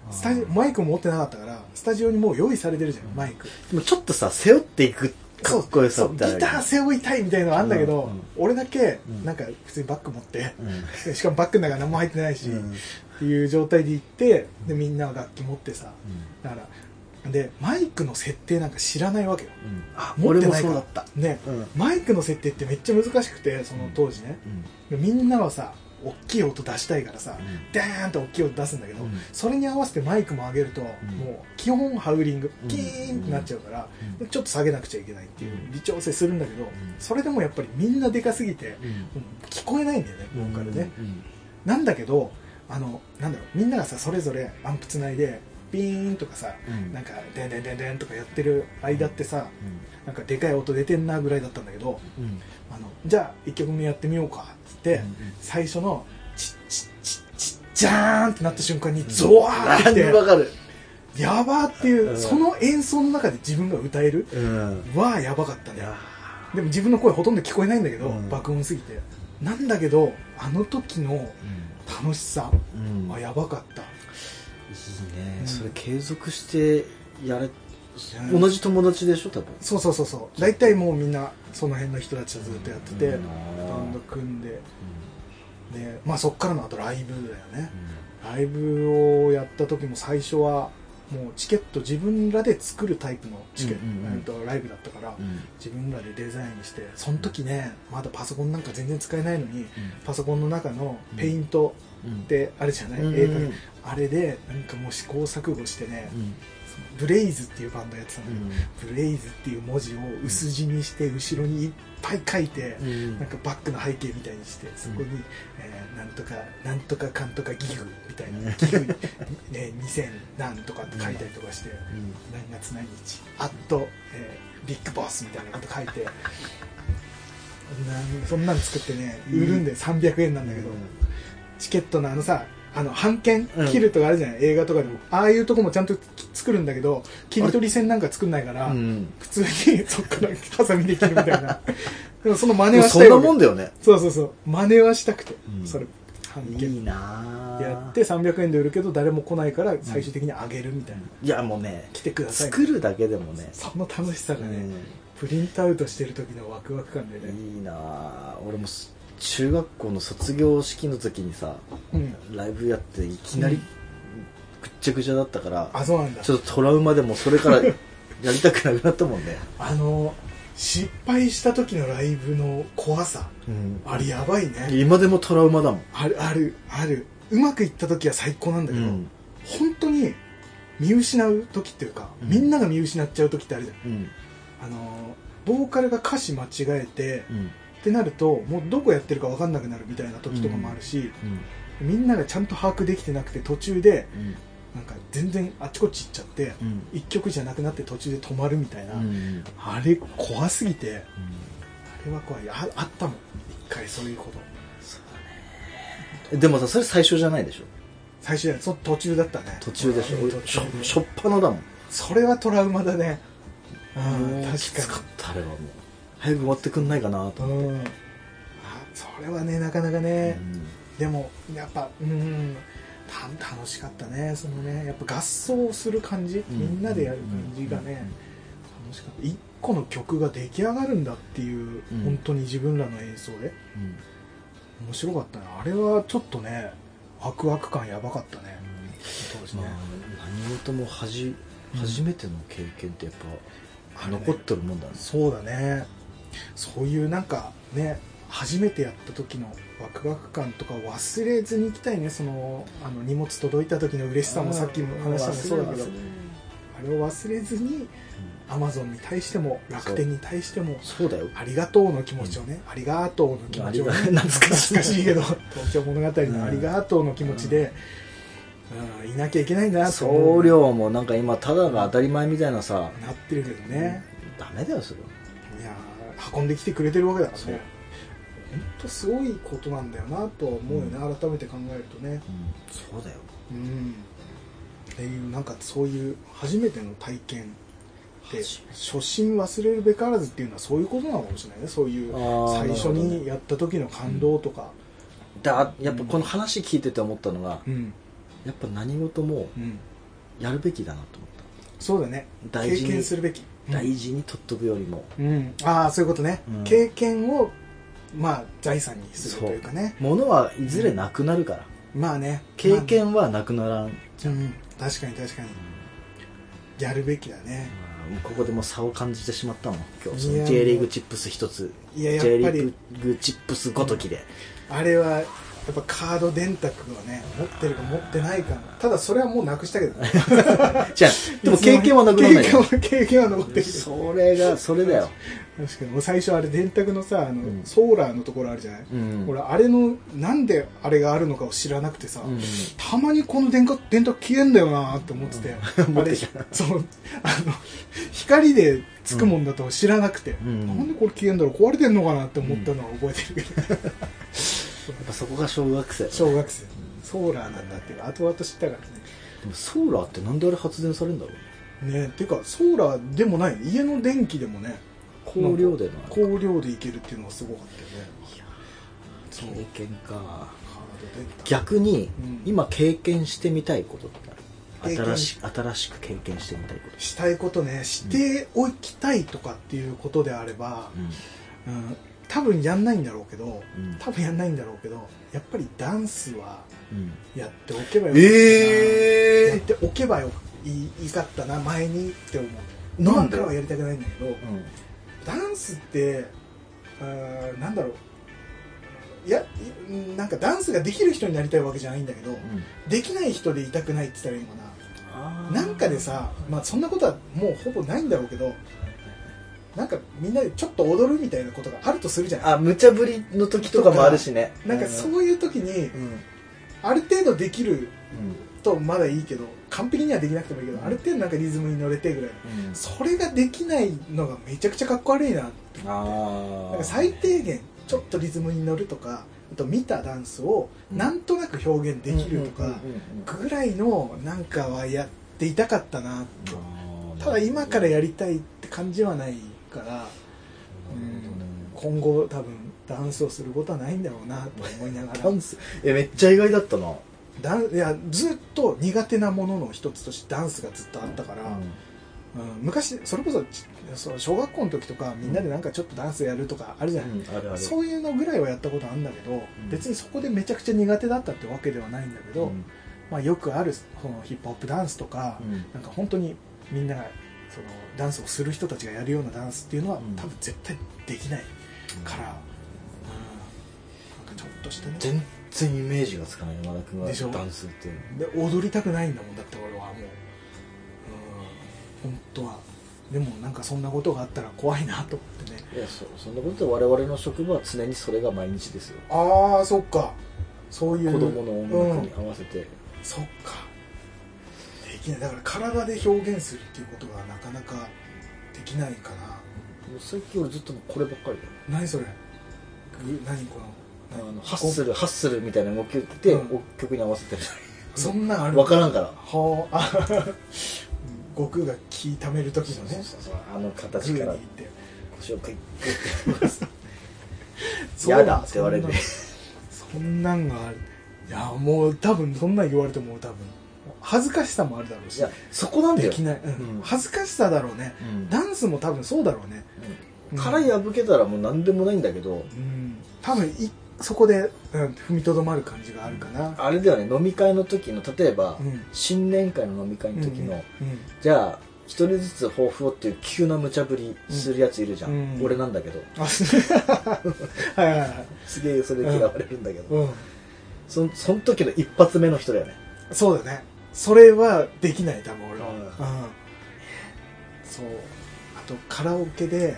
[SPEAKER 2] た
[SPEAKER 1] スタジオマイクも持ってなかったからスタジオにもう用意されてるじゃん、マイク
[SPEAKER 2] でもちょっとさ背負っていくかっこよさ
[SPEAKER 1] そう
[SPEAKER 2] っ
[SPEAKER 1] ギ
[SPEAKER 2] て
[SPEAKER 1] タ
[SPEAKER 2] あるよね
[SPEAKER 1] ー背負いたいみたいなのあんだけど、
[SPEAKER 2] うんうん
[SPEAKER 1] 俺だけ
[SPEAKER 2] うん
[SPEAKER 1] なんか普通にバッグ持って、
[SPEAKER 2] う ん
[SPEAKER 1] しかもバッグの中何も入ってないし、
[SPEAKER 2] う
[SPEAKER 1] っ
[SPEAKER 2] ん
[SPEAKER 1] ていう状態で行ってでみんな楽器持ってさ、だからでマイクの設定なんか知らないわけよ
[SPEAKER 2] うんあ
[SPEAKER 1] 持って
[SPEAKER 2] 俺も
[SPEAKER 1] ないか
[SPEAKER 2] そう
[SPEAKER 1] ら
[SPEAKER 2] だった
[SPEAKER 1] ね
[SPEAKER 2] うん
[SPEAKER 1] マイクの設定ってめっちゃ難しくてその当時ね、でみんなはさ大きい音出したいからさ、
[SPEAKER 2] うん
[SPEAKER 1] ダーンと大きい音出すんだけど、
[SPEAKER 2] うん
[SPEAKER 1] それに合わせてマイクも上げると、もう基本ハウリング
[SPEAKER 2] うん
[SPEAKER 1] キーンってなっちゃうから、
[SPEAKER 2] うん
[SPEAKER 1] ちょっと下げなくちゃいけないっていう
[SPEAKER 2] うん
[SPEAKER 1] 微調整するんだけど、それでもやっぱりみんなでかすぎて、もう聞こえないんだよねボーカルね、なんだけどあのなんだろうみんながさそれぞれアンプつないでピーンとかさ、
[SPEAKER 2] うん
[SPEAKER 1] なんかデンデンデンデンとかやってる間ってさ、なんかでかい音出てんなぐらいだったんだけどあのじゃあ1曲目やってみようかっつって、
[SPEAKER 2] うんうん
[SPEAKER 1] 最初のチッチッチッチッジャーンってなった瞬間にゾワーって、
[SPEAKER 2] わかる
[SPEAKER 1] やばーっていう、
[SPEAKER 2] うん
[SPEAKER 1] その演奏の中で自分が歌える
[SPEAKER 2] うん
[SPEAKER 1] はやばかった
[SPEAKER 2] い
[SPEAKER 1] ね
[SPEAKER 2] や
[SPEAKER 1] でも自分の声ほとんど聞こえないんだけど、
[SPEAKER 2] うん
[SPEAKER 1] 爆音すぎてなんだけどあの時の
[SPEAKER 2] う
[SPEAKER 1] 楽しさ
[SPEAKER 2] ん
[SPEAKER 1] は
[SPEAKER 2] うんいい
[SPEAKER 1] やばかった、う
[SPEAKER 2] ね
[SPEAKER 1] ん
[SPEAKER 2] それ継続してやれ
[SPEAKER 1] うん
[SPEAKER 2] 同じ友達でしょ多分
[SPEAKER 1] そうそうそうそう大体もうみんなその辺の人たちとずっとやってて、
[SPEAKER 2] うん
[SPEAKER 1] バンド組んでで、まあ、そっからのあとライブだよねライブをやった時も最初はもうチケット自分らで作るタイプのチケット、
[SPEAKER 2] うんうんうん
[SPEAKER 1] えっとライブだったから、
[SPEAKER 2] うんうん
[SPEAKER 1] 自分らでデザインしてその時ねまだパソコンなんか全然使えないのにパソコンの中のペイント
[SPEAKER 2] うん
[SPEAKER 1] ってあれじゃない、
[SPEAKER 2] うん
[SPEAKER 1] 絵描くあれでなんかもう試行錯誤してね、
[SPEAKER 2] うん
[SPEAKER 1] ブレイズっていうバンドやってたんだけど、
[SPEAKER 2] う
[SPEAKER 1] ブレイズっていう文字を薄字にして後ろにいっぱい書いて、
[SPEAKER 2] ん
[SPEAKER 1] なんかバックの背景みたいにしてそこに、えーなんとかなんとかかんとかギグみたいなギグ、ね、2000何とかって書いたりとかして、
[SPEAKER 2] うん
[SPEAKER 1] 何月何日あっと、えービッグボスみたいなこと書いてなんそんなん作ってね売るんで300円なんだけど、チケットのあのさあの半券
[SPEAKER 2] うん
[SPEAKER 1] 切るとかあるじゃない、映画とかでもああいうとこもちゃんと作るんだけど切り取り線なんか作んないから、
[SPEAKER 2] うん
[SPEAKER 1] 普通にそっから ハサミで切るみたい なでもその真似
[SPEAKER 2] でも
[SPEAKER 1] はし
[SPEAKER 2] そ
[SPEAKER 1] た
[SPEAKER 2] ん
[SPEAKER 1] い
[SPEAKER 2] な
[SPEAKER 1] わけ
[SPEAKER 2] もんだよね
[SPEAKER 1] そうそうそう真似はしたくて、
[SPEAKER 2] うん
[SPEAKER 1] それ半
[SPEAKER 2] い
[SPEAKER 1] 券
[SPEAKER 2] いなぁ
[SPEAKER 1] やって300円で売るけど誰も来ないから最終的にあげるみたいな、
[SPEAKER 2] いやもうね
[SPEAKER 1] 来てください
[SPEAKER 2] 作るだけでもね
[SPEAKER 1] その楽しさがね、
[SPEAKER 2] うん
[SPEAKER 1] プリントアウトしてる時のワクワク感でね、
[SPEAKER 2] いいなあ俺もす中学校の卒業式の時にさ
[SPEAKER 1] うん、
[SPEAKER 2] ライブやっていきなり
[SPEAKER 1] うん
[SPEAKER 2] ぐっちゃぐちゃだったから、
[SPEAKER 1] あそうなんだ
[SPEAKER 2] ちょっとトラウマでもうそれからやりたくなくなったもんね、
[SPEAKER 1] あの失敗した時のライブの怖さ
[SPEAKER 2] うん、
[SPEAKER 1] あれやばいね
[SPEAKER 2] 今でもトラウマだもん、
[SPEAKER 1] あるあるあるうまくいった時は最高なんだ
[SPEAKER 2] う
[SPEAKER 1] けど、
[SPEAKER 2] ん
[SPEAKER 1] 本当に見失う時っていうか、
[SPEAKER 2] うん
[SPEAKER 1] みんなが見失っちゃう時ってあるじゃん
[SPEAKER 2] うん
[SPEAKER 1] あのボーカルが歌詞間違えて、
[SPEAKER 2] うん
[SPEAKER 1] ってなるともうどこやってるか分かんなくなるみたいな時とかもあるし、みんながちゃんと把握できてなくて途中で
[SPEAKER 2] うん
[SPEAKER 1] なんか全然あっちこっち行っちゃって、
[SPEAKER 2] うん
[SPEAKER 1] 一曲じゃなくなって途中で止まるみたいな、
[SPEAKER 2] うんうん
[SPEAKER 1] あれ怖すぎてあれは怖いああったもん一回そういうこと
[SPEAKER 2] うんでもさそれ最初じゃないでしょ
[SPEAKER 1] 最初じゃないそ途中だったね
[SPEAKER 2] 途中でしょ
[SPEAKER 1] うん
[SPEAKER 2] 俺
[SPEAKER 1] 途
[SPEAKER 2] し
[SPEAKER 1] 中
[SPEAKER 2] ょしょっぱなだもん
[SPEAKER 1] それはトラウマだねうん
[SPEAKER 2] も
[SPEAKER 1] 確
[SPEAKER 2] う
[SPEAKER 1] かに
[SPEAKER 2] きつかったあれはもう早く終わってくんないかなと
[SPEAKER 1] う
[SPEAKER 2] 思って、
[SPEAKER 1] んあそれはねなかなかね、でもやっぱうんた楽しかったねそのねやっぱ合奏する感じ、
[SPEAKER 2] うん
[SPEAKER 1] みんなでやる感じがね、楽しかった1個の曲が出来上がるんだっていう、
[SPEAKER 2] うん
[SPEAKER 1] 本当に自分らの演奏で
[SPEAKER 2] うんうん
[SPEAKER 1] 面白かったねあれはちょっとねワクワク感やばかったね当時ね
[SPEAKER 2] ま、あ、何事もはじ初めての経験ってやっぱ、残ってるもんだね
[SPEAKER 1] そうだねそういうなんかね初めてやった時のワクワク感とか忘れずに行きたいねそのあの荷物届いた時の嬉しさもさっきも話したもそうだけど
[SPEAKER 2] 忘れますね
[SPEAKER 1] あれを忘れずに
[SPEAKER 2] うん
[SPEAKER 1] アマゾンに対しても楽天に対しても
[SPEAKER 2] そうだよ
[SPEAKER 1] ありがとうの気持ちをね、ありがとうの気持ちを、ね、
[SPEAKER 2] ありが懐かしい
[SPEAKER 1] 懐けど東京物語のありがとうの気持ちで、うんいなきゃいけないんだなって思
[SPEAKER 2] 送
[SPEAKER 1] うな
[SPEAKER 2] 料もなんか今ただが当たり前みたいなさ、
[SPEAKER 1] ってるけどね、
[SPEAKER 2] ダメだよそれはい
[SPEAKER 1] やー運んできてくれてるわけだから
[SPEAKER 2] そう
[SPEAKER 1] ね本当すごいことなんだよなとは思うよね、改めて考えるとね
[SPEAKER 2] そうだよ
[SPEAKER 1] うんっていうなんかそういう初めての体験で
[SPEAKER 2] 初
[SPEAKER 1] 初心忘れるべからずっていうのはそういうことなのかもしれないねそういう
[SPEAKER 2] あー
[SPEAKER 1] 最初
[SPEAKER 2] なるほどね
[SPEAKER 1] にやった時の感動とか
[SPEAKER 2] だやっぱこの話聞いてて思ったのが、
[SPEAKER 1] うん
[SPEAKER 2] やっぱ何事も
[SPEAKER 1] うん
[SPEAKER 2] やるべきだなと思っ
[SPEAKER 1] そうだね
[SPEAKER 2] 大
[SPEAKER 1] 経
[SPEAKER 2] 事に
[SPEAKER 1] 験するべき
[SPEAKER 2] た大事に取っとくよりも、
[SPEAKER 1] うん、うんああそういうことね、
[SPEAKER 2] うん
[SPEAKER 1] 経験をまあ財産にするというかね
[SPEAKER 2] 物はいずれなくなるから、
[SPEAKER 1] まあね
[SPEAKER 2] 経験はなくなら
[SPEAKER 1] う
[SPEAKER 2] ん、
[SPEAKER 1] ん、確かに確かにやるべきだね
[SPEAKER 2] もうここでもう差を感じてしまったもん今日そ
[SPEAKER 1] い
[SPEAKER 2] の
[SPEAKER 1] や
[SPEAKER 2] J リーグチップス一つ
[SPEAKER 1] いや
[SPEAKER 2] J
[SPEAKER 1] や
[SPEAKER 2] リ
[SPEAKER 1] っぱり
[SPEAKER 2] ーグチップスごときで、
[SPEAKER 1] あれはやっぱカード電卓をね持ってるか持ってないかただそれはもうなくしたけどね
[SPEAKER 2] じゃあ でも経験はなくならない
[SPEAKER 1] 経験は経験は残ってる
[SPEAKER 2] それがそれだよ
[SPEAKER 1] 確かにもう最初あれ電卓のさあの、
[SPEAKER 2] うん
[SPEAKER 1] ソーラーのところあるじゃない、
[SPEAKER 2] うん
[SPEAKER 1] 俺あれのなんであれがあるのかを知らなくてさ、
[SPEAKER 2] うん
[SPEAKER 1] たまにこの電卓電卓消えんだよなって思ってて、
[SPEAKER 2] うん
[SPEAKER 1] あれそうあの光でつくもんだと知らなくて、
[SPEAKER 2] ん
[SPEAKER 1] なんでこれ消えんだろう壊れてんのかなって思ったのは覚えてるけ ど、
[SPEAKER 2] やっぱそこが小学生
[SPEAKER 1] 小学生ソーラーなんだっていう後々知ったか
[SPEAKER 2] でもソーラーってなんであれ発電されるんだろうね
[SPEAKER 1] らねねてかソーラーでもない家の電気でもね
[SPEAKER 2] 高量でのあれ
[SPEAKER 1] 高量でいけるっていうのがすごかったよねそう
[SPEAKER 2] 経験か
[SPEAKER 1] カード電卓
[SPEAKER 2] 逆に、
[SPEAKER 1] うん
[SPEAKER 2] 今経験してみたいことってある
[SPEAKER 1] 経験
[SPEAKER 2] 新し新しく経験してみたいこと
[SPEAKER 1] したいことねしておきたいとかっていうことであれば、うん、多分やんないんだろうけど、
[SPEAKER 2] うん
[SPEAKER 1] 多分やんないんだろうけどやっぱりダンスは
[SPEAKER 2] うん
[SPEAKER 1] やっておけばよかったな、
[SPEAKER 2] えー
[SPEAKER 1] やっておけばよいいいかったな前にって思う
[SPEAKER 2] な
[SPEAKER 1] 今
[SPEAKER 2] んで
[SPEAKER 1] からはやりたくないんだけど、ダンスってあーなんだろういやいなんかダンスができる人になりたいわけじゃないんだけど、できない人でいたくないって言ったらいいのかななんかでさ、まあ、そんなことはもうほぼないんだろうけどなんかみんなでちょっと踊るみたいなことがあるとするじゃない
[SPEAKER 2] あ無茶ぶりの時とかもあるしね
[SPEAKER 1] なんかそういう時に
[SPEAKER 2] うん、うん
[SPEAKER 1] ある程度できるとまだいいけど完璧にはできなくてもいいけどある程度なんかリズムに乗れてぐらいそれができないのがめちゃくちゃかっこ悪いなって
[SPEAKER 2] あ
[SPEAKER 1] なんか最低限ちょっとリズムに乗るとかあと見たダンスをなんとなく表現できるとかぐらいのなんかはやっていたかったなとただ今からやりたいって感じはないから今後多分ダンスをすることはないんだろうなと思いながら
[SPEAKER 2] ダンスえめっちゃ意外だったな
[SPEAKER 1] ダンいやずっと苦手なものの一つとしてダンスがずっとあったから、うん昔それこそちそう小学校の時とかみんなでなんかちょっとダンスやるとかあるじゃない、
[SPEAKER 2] あるある
[SPEAKER 1] そういうのぐらいはやったことあるんだけど、
[SPEAKER 2] ん
[SPEAKER 1] 別にそこでめちゃくちゃ苦手だったってわけではないんだけど、
[SPEAKER 2] ん
[SPEAKER 1] まあ、よくあるそのヒップホップダンスとか、
[SPEAKER 2] うん
[SPEAKER 1] なんか本当にみんながそのダンスをする人たちがやるようなダンスっていうのは、
[SPEAKER 2] うん
[SPEAKER 1] 多分絶対できないから、うんなんかちょっとしてね
[SPEAKER 2] 全然イメージがつかない山田君は
[SPEAKER 1] でしょ
[SPEAKER 2] ダンスっていうの
[SPEAKER 1] で踊りたくないんだもんだって俺はもううん本当はでもなんかそんなことがあったら怖いなと思ってね
[SPEAKER 2] いやそそんなことで我々の職場は常にそれが毎日ですよ
[SPEAKER 1] ああそっかそうい
[SPEAKER 2] 子
[SPEAKER 1] う
[SPEAKER 2] 供の音楽に
[SPEAKER 1] うん
[SPEAKER 2] 合わせて
[SPEAKER 1] そっかできないだから体で表現するっていうことがなかなかできないか
[SPEAKER 2] もう最近俺ずっとこればっかりだよ
[SPEAKER 1] な何それぐ何この
[SPEAKER 2] あ
[SPEAKER 1] 何
[SPEAKER 2] のハッスルハッスルみたいな動きをって、
[SPEAKER 1] うん
[SPEAKER 2] お曲に合わせてる
[SPEAKER 1] そんなんある
[SPEAKER 2] 分からんから
[SPEAKER 1] はああ悟空が気ためる時のね
[SPEAKER 2] そうそうあの
[SPEAKER 1] グー
[SPEAKER 2] 形
[SPEAKER 1] に
[SPEAKER 2] から
[SPEAKER 1] 行って
[SPEAKER 2] 腰をクイックイってやります
[SPEAKER 1] そう
[SPEAKER 2] 嫌だって言われる
[SPEAKER 1] そんなんがあるいやもう多分そんなん言われても多分恥ずかしさもあるだろう
[SPEAKER 2] い
[SPEAKER 1] し
[SPEAKER 2] やそこなんだ
[SPEAKER 1] で
[SPEAKER 2] よ
[SPEAKER 1] きない、うん
[SPEAKER 2] うん
[SPEAKER 1] 恥ずかしさだろうね
[SPEAKER 2] うん
[SPEAKER 1] ダンスも多分そうだろうね
[SPEAKER 2] うん殻破けたらもう何でもないんだけど
[SPEAKER 1] うん多分いそこで、うん、踏みとどまる感じがあるかな、
[SPEAKER 2] あれだよね飲み会の時の例えば、
[SPEAKER 1] うん
[SPEAKER 2] 新年会の飲み会の時の、
[SPEAKER 1] うん
[SPEAKER 2] じゃあ一人ずつ抱負をっていう急な無茶ぶりするやついるじゃん、
[SPEAKER 1] うん
[SPEAKER 2] 俺なんだけど
[SPEAKER 1] あす はいはいはい、
[SPEAKER 2] すげえそれ嫌われるんだけど、
[SPEAKER 1] うん、
[SPEAKER 2] そんその時の一発目の人だよね
[SPEAKER 1] そうだねそれはできない多分俺は、
[SPEAKER 2] う
[SPEAKER 1] うんんそうあとカラオケで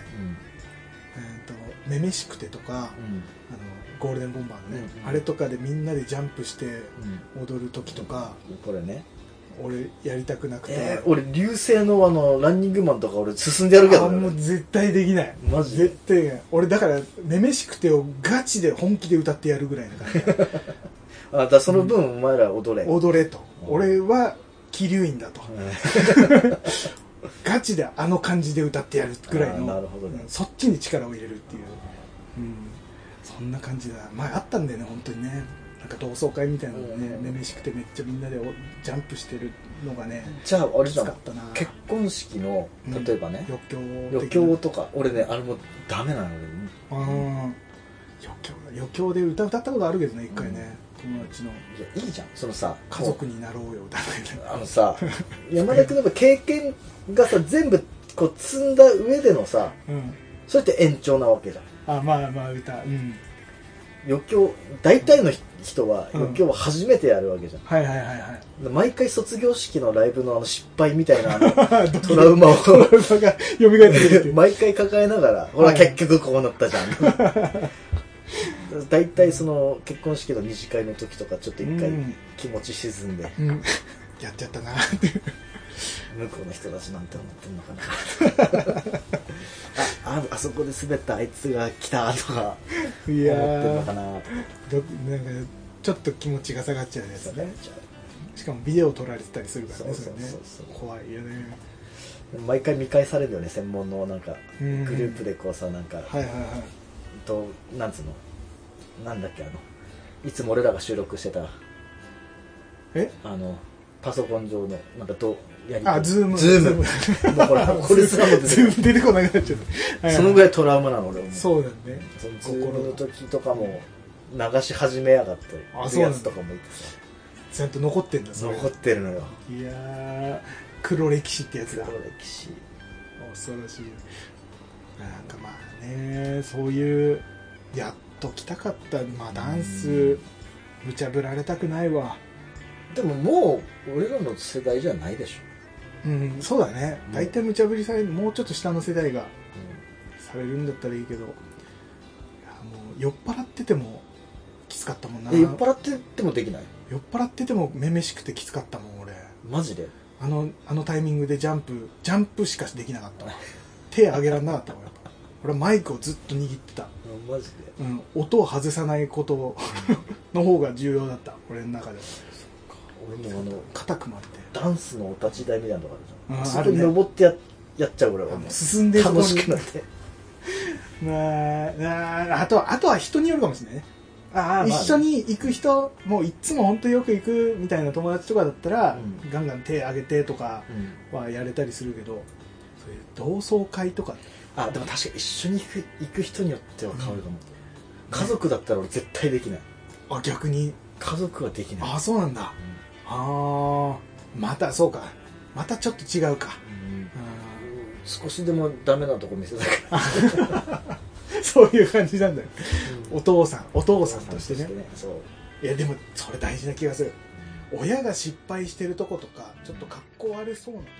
[SPEAKER 1] 「えー、とめめしくて」とか、あのゴールデンボンバーのね、
[SPEAKER 2] うん
[SPEAKER 1] あれとかでみんなでジャンプして
[SPEAKER 2] うん
[SPEAKER 1] 踊る時とか、
[SPEAKER 2] これね、
[SPEAKER 1] 俺やりたくなくて、
[SPEAKER 2] えー、俺流星のあのランニングマンとか俺進んでやるけど
[SPEAKER 1] あもう
[SPEAKER 2] ね
[SPEAKER 1] 絶対できない
[SPEAKER 2] マジで
[SPEAKER 1] 絶対できない俺だから「めめしくて」をガチで本気で歌ってやるぐらいな感じ
[SPEAKER 2] あだからその分お前ら踊 れ、うん
[SPEAKER 1] 踊れと俺は桐生院だとガチであの感じで歌ってやるぐらいの
[SPEAKER 2] あーなるほどね
[SPEAKER 1] うんそっちに力を入れるっていう、うん、そんな感じだ前あったんだよね本当にねなんか同窓会みたいなのね、
[SPEAKER 2] うん
[SPEAKER 1] めめしくてめっちゃみんなでおジャンプしてるのがね
[SPEAKER 2] じゃああれじゃ
[SPEAKER 1] きつか
[SPEAKER 2] ん
[SPEAKER 1] ったな
[SPEAKER 2] 結婚式の
[SPEAKER 1] うん
[SPEAKER 2] 例えばね、
[SPEAKER 1] 余興
[SPEAKER 2] 余
[SPEAKER 1] 的な
[SPEAKER 2] 興とか俺ねあれもうダメなの俺
[SPEAKER 1] うん余興余興で歌歌ったことあるけどね一回ね、友達の
[SPEAKER 2] いやいいじゃんそのさ
[SPEAKER 1] 「家族になろうよ」歌って
[SPEAKER 2] あ のさ山田君の経験がさ全部こう積んだ上でのさ
[SPEAKER 1] うん
[SPEAKER 2] それって延長なわけじゃん
[SPEAKER 1] あまあまあ歌うん
[SPEAKER 2] 余興大体の人は
[SPEAKER 1] うん
[SPEAKER 2] 余興を初めてやるわけじゃん、
[SPEAKER 1] はいはいはいはい
[SPEAKER 2] 毎回卒業式のライブのあの失敗みたいなあ のト
[SPEAKER 1] ト
[SPEAKER 2] ラウマを
[SPEAKER 1] マが蘇ってく るって いう
[SPEAKER 2] 毎回抱えながらほら
[SPEAKER 1] はいはい
[SPEAKER 2] 結局こうなったじゃん 大体その結婚式の二次会の時とかちょっと一回
[SPEAKER 1] うん
[SPEAKER 2] 気持ち沈んで
[SPEAKER 1] うんやっちゃったなっていう
[SPEAKER 2] 向こうの人たちなんて思ってんのかな あああそこで滑ったあいつが来たとか
[SPEAKER 1] い
[SPEAKER 2] 思
[SPEAKER 1] や
[SPEAKER 2] ってんのか
[SPEAKER 1] ー
[SPEAKER 2] なとか
[SPEAKER 1] どなんかちょっと気持ちが下がっちゃうやつ
[SPEAKER 2] そう
[SPEAKER 1] だね
[SPEAKER 2] じゃ
[SPEAKER 1] しかもビデオ撮られてたりするからね
[SPEAKER 2] そうそう
[SPEAKER 1] れね
[SPEAKER 2] そうそう
[SPEAKER 1] 怖いよね
[SPEAKER 2] あ毎回見返されるよね専門のなんかグ
[SPEAKER 1] うん
[SPEAKER 2] ループでこうさなんか、
[SPEAKER 1] はいはいはい
[SPEAKER 2] となんつうのなんだっけあのいつも俺らが収録してた
[SPEAKER 1] え
[SPEAKER 2] あのパソコン上のなんかどうやり
[SPEAKER 1] あズーム
[SPEAKER 2] ズーム
[SPEAKER 1] ズーム
[SPEAKER 2] もうほら これすらも出て
[SPEAKER 1] ズ
[SPEAKER 2] こ
[SPEAKER 1] ーム出てこなくなっちゃった
[SPEAKER 2] ないそのぐら
[SPEAKER 1] い
[SPEAKER 2] いトラウマなの俺も
[SPEAKER 1] そうだね
[SPEAKER 2] そのズ
[SPEAKER 1] 心
[SPEAKER 2] ームの
[SPEAKER 1] が
[SPEAKER 2] 時とかも流し始めやがって
[SPEAKER 1] あ
[SPEAKER 2] るやつとかもいて
[SPEAKER 1] ちゃんと残ってんだ
[SPEAKER 2] さ
[SPEAKER 1] それ
[SPEAKER 2] 残ってるのよ
[SPEAKER 1] いやー黒歴史ってやつだ
[SPEAKER 2] 黒歴史
[SPEAKER 1] 恐ろしいなんかまあねそういうやっときたかったまあダン
[SPEAKER 2] う
[SPEAKER 1] ス
[SPEAKER 2] ん
[SPEAKER 1] 無茶ぶられたくないわ
[SPEAKER 2] でももう俺らの世代じゃないでしょ、
[SPEAKER 1] うんそうだね
[SPEAKER 2] うん
[SPEAKER 1] 大体無茶ぶりされるもうちょっと下の世代がされるんだったらいいけどいやもう酔っ払っててもきつかったもんな
[SPEAKER 2] え
[SPEAKER 1] 酔
[SPEAKER 2] 酔っ
[SPEAKER 1] っ
[SPEAKER 2] 払っててもできない
[SPEAKER 1] 払っててもめめしくてきつかったもん俺
[SPEAKER 2] マジで
[SPEAKER 1] あのあのタイミングでジャンプジャンプしかできなかったわ手上げらんなかったもんやっぱ俺はマイクをずっと握ってた
[SPEAKER 2] マジで
[SPEAKER 1] うん、音を外さないことをの方が重要だった俺の中で
[SPEAKER 2] 俺もあの
[SPEAKER 1] 硬くまって
[SPEAKER 2] ダンスのお立ち台みたいなとこあるじゃん、
[SPEAKER 1] うん
[SPEAKER 2] そ
[SPEAKER 1] あ
[SPEAKER 2] こ
[SPEAKER 1] る
[SPEAKER 2] に
[SPEAKER 1] ね
[SPEAKER 2] 登ってや,、やっちゃう俺は
[SPEAKER 1] あ
[SPEAKER 2] も
[SPEAKER 1] の
[SPEAKER 2] う
[SPEAKER 1] 進んでるとこ
[SPEAKER 2] 楽
[SPEAKER 1] ろ
[SPEAKER 2] し
[SPEAKER 1] に
[SPEAKER 2] くなって
[SPEAKER 1] なあなああとはあとは人によるかもしれないね
[SPEAKER 2] あ
[SPEAKER 1] 一緒に行く人もういっつも本当よく行くみたいな友達とかだったら、
[SPEAKER 2] うん
[SPEAKER 1] ガンガン手上げてとか
[SPEAKER 2] うん
[SPEAKER 1] はやれたりするけどそういう同窓会とか
[SPEAKER 2] あでも確かに一緒に行く行く人によっては変わるかも、家族だったら俺絶対できない
[SPEAKER 1] あ逆に
[SPEAKER 2] 家族はできない
[SPEAKER 1] ああそうなんだああまたそうかまたちょっと違うか
[SPEAKER 2] うん
[SPEAKER 1] うん
[SPEAKER 2] 少しでもダメなとこ見せたから
[SPEAKER 1] そういう感じなんだよ。お父さん、お父さんとしてね。
[SPEAKER 2] そう、
[SPEAKER 1] いや、でも、それ大事な気がする。親が失敗してるとことか、ちょっと格好悪そうなとこ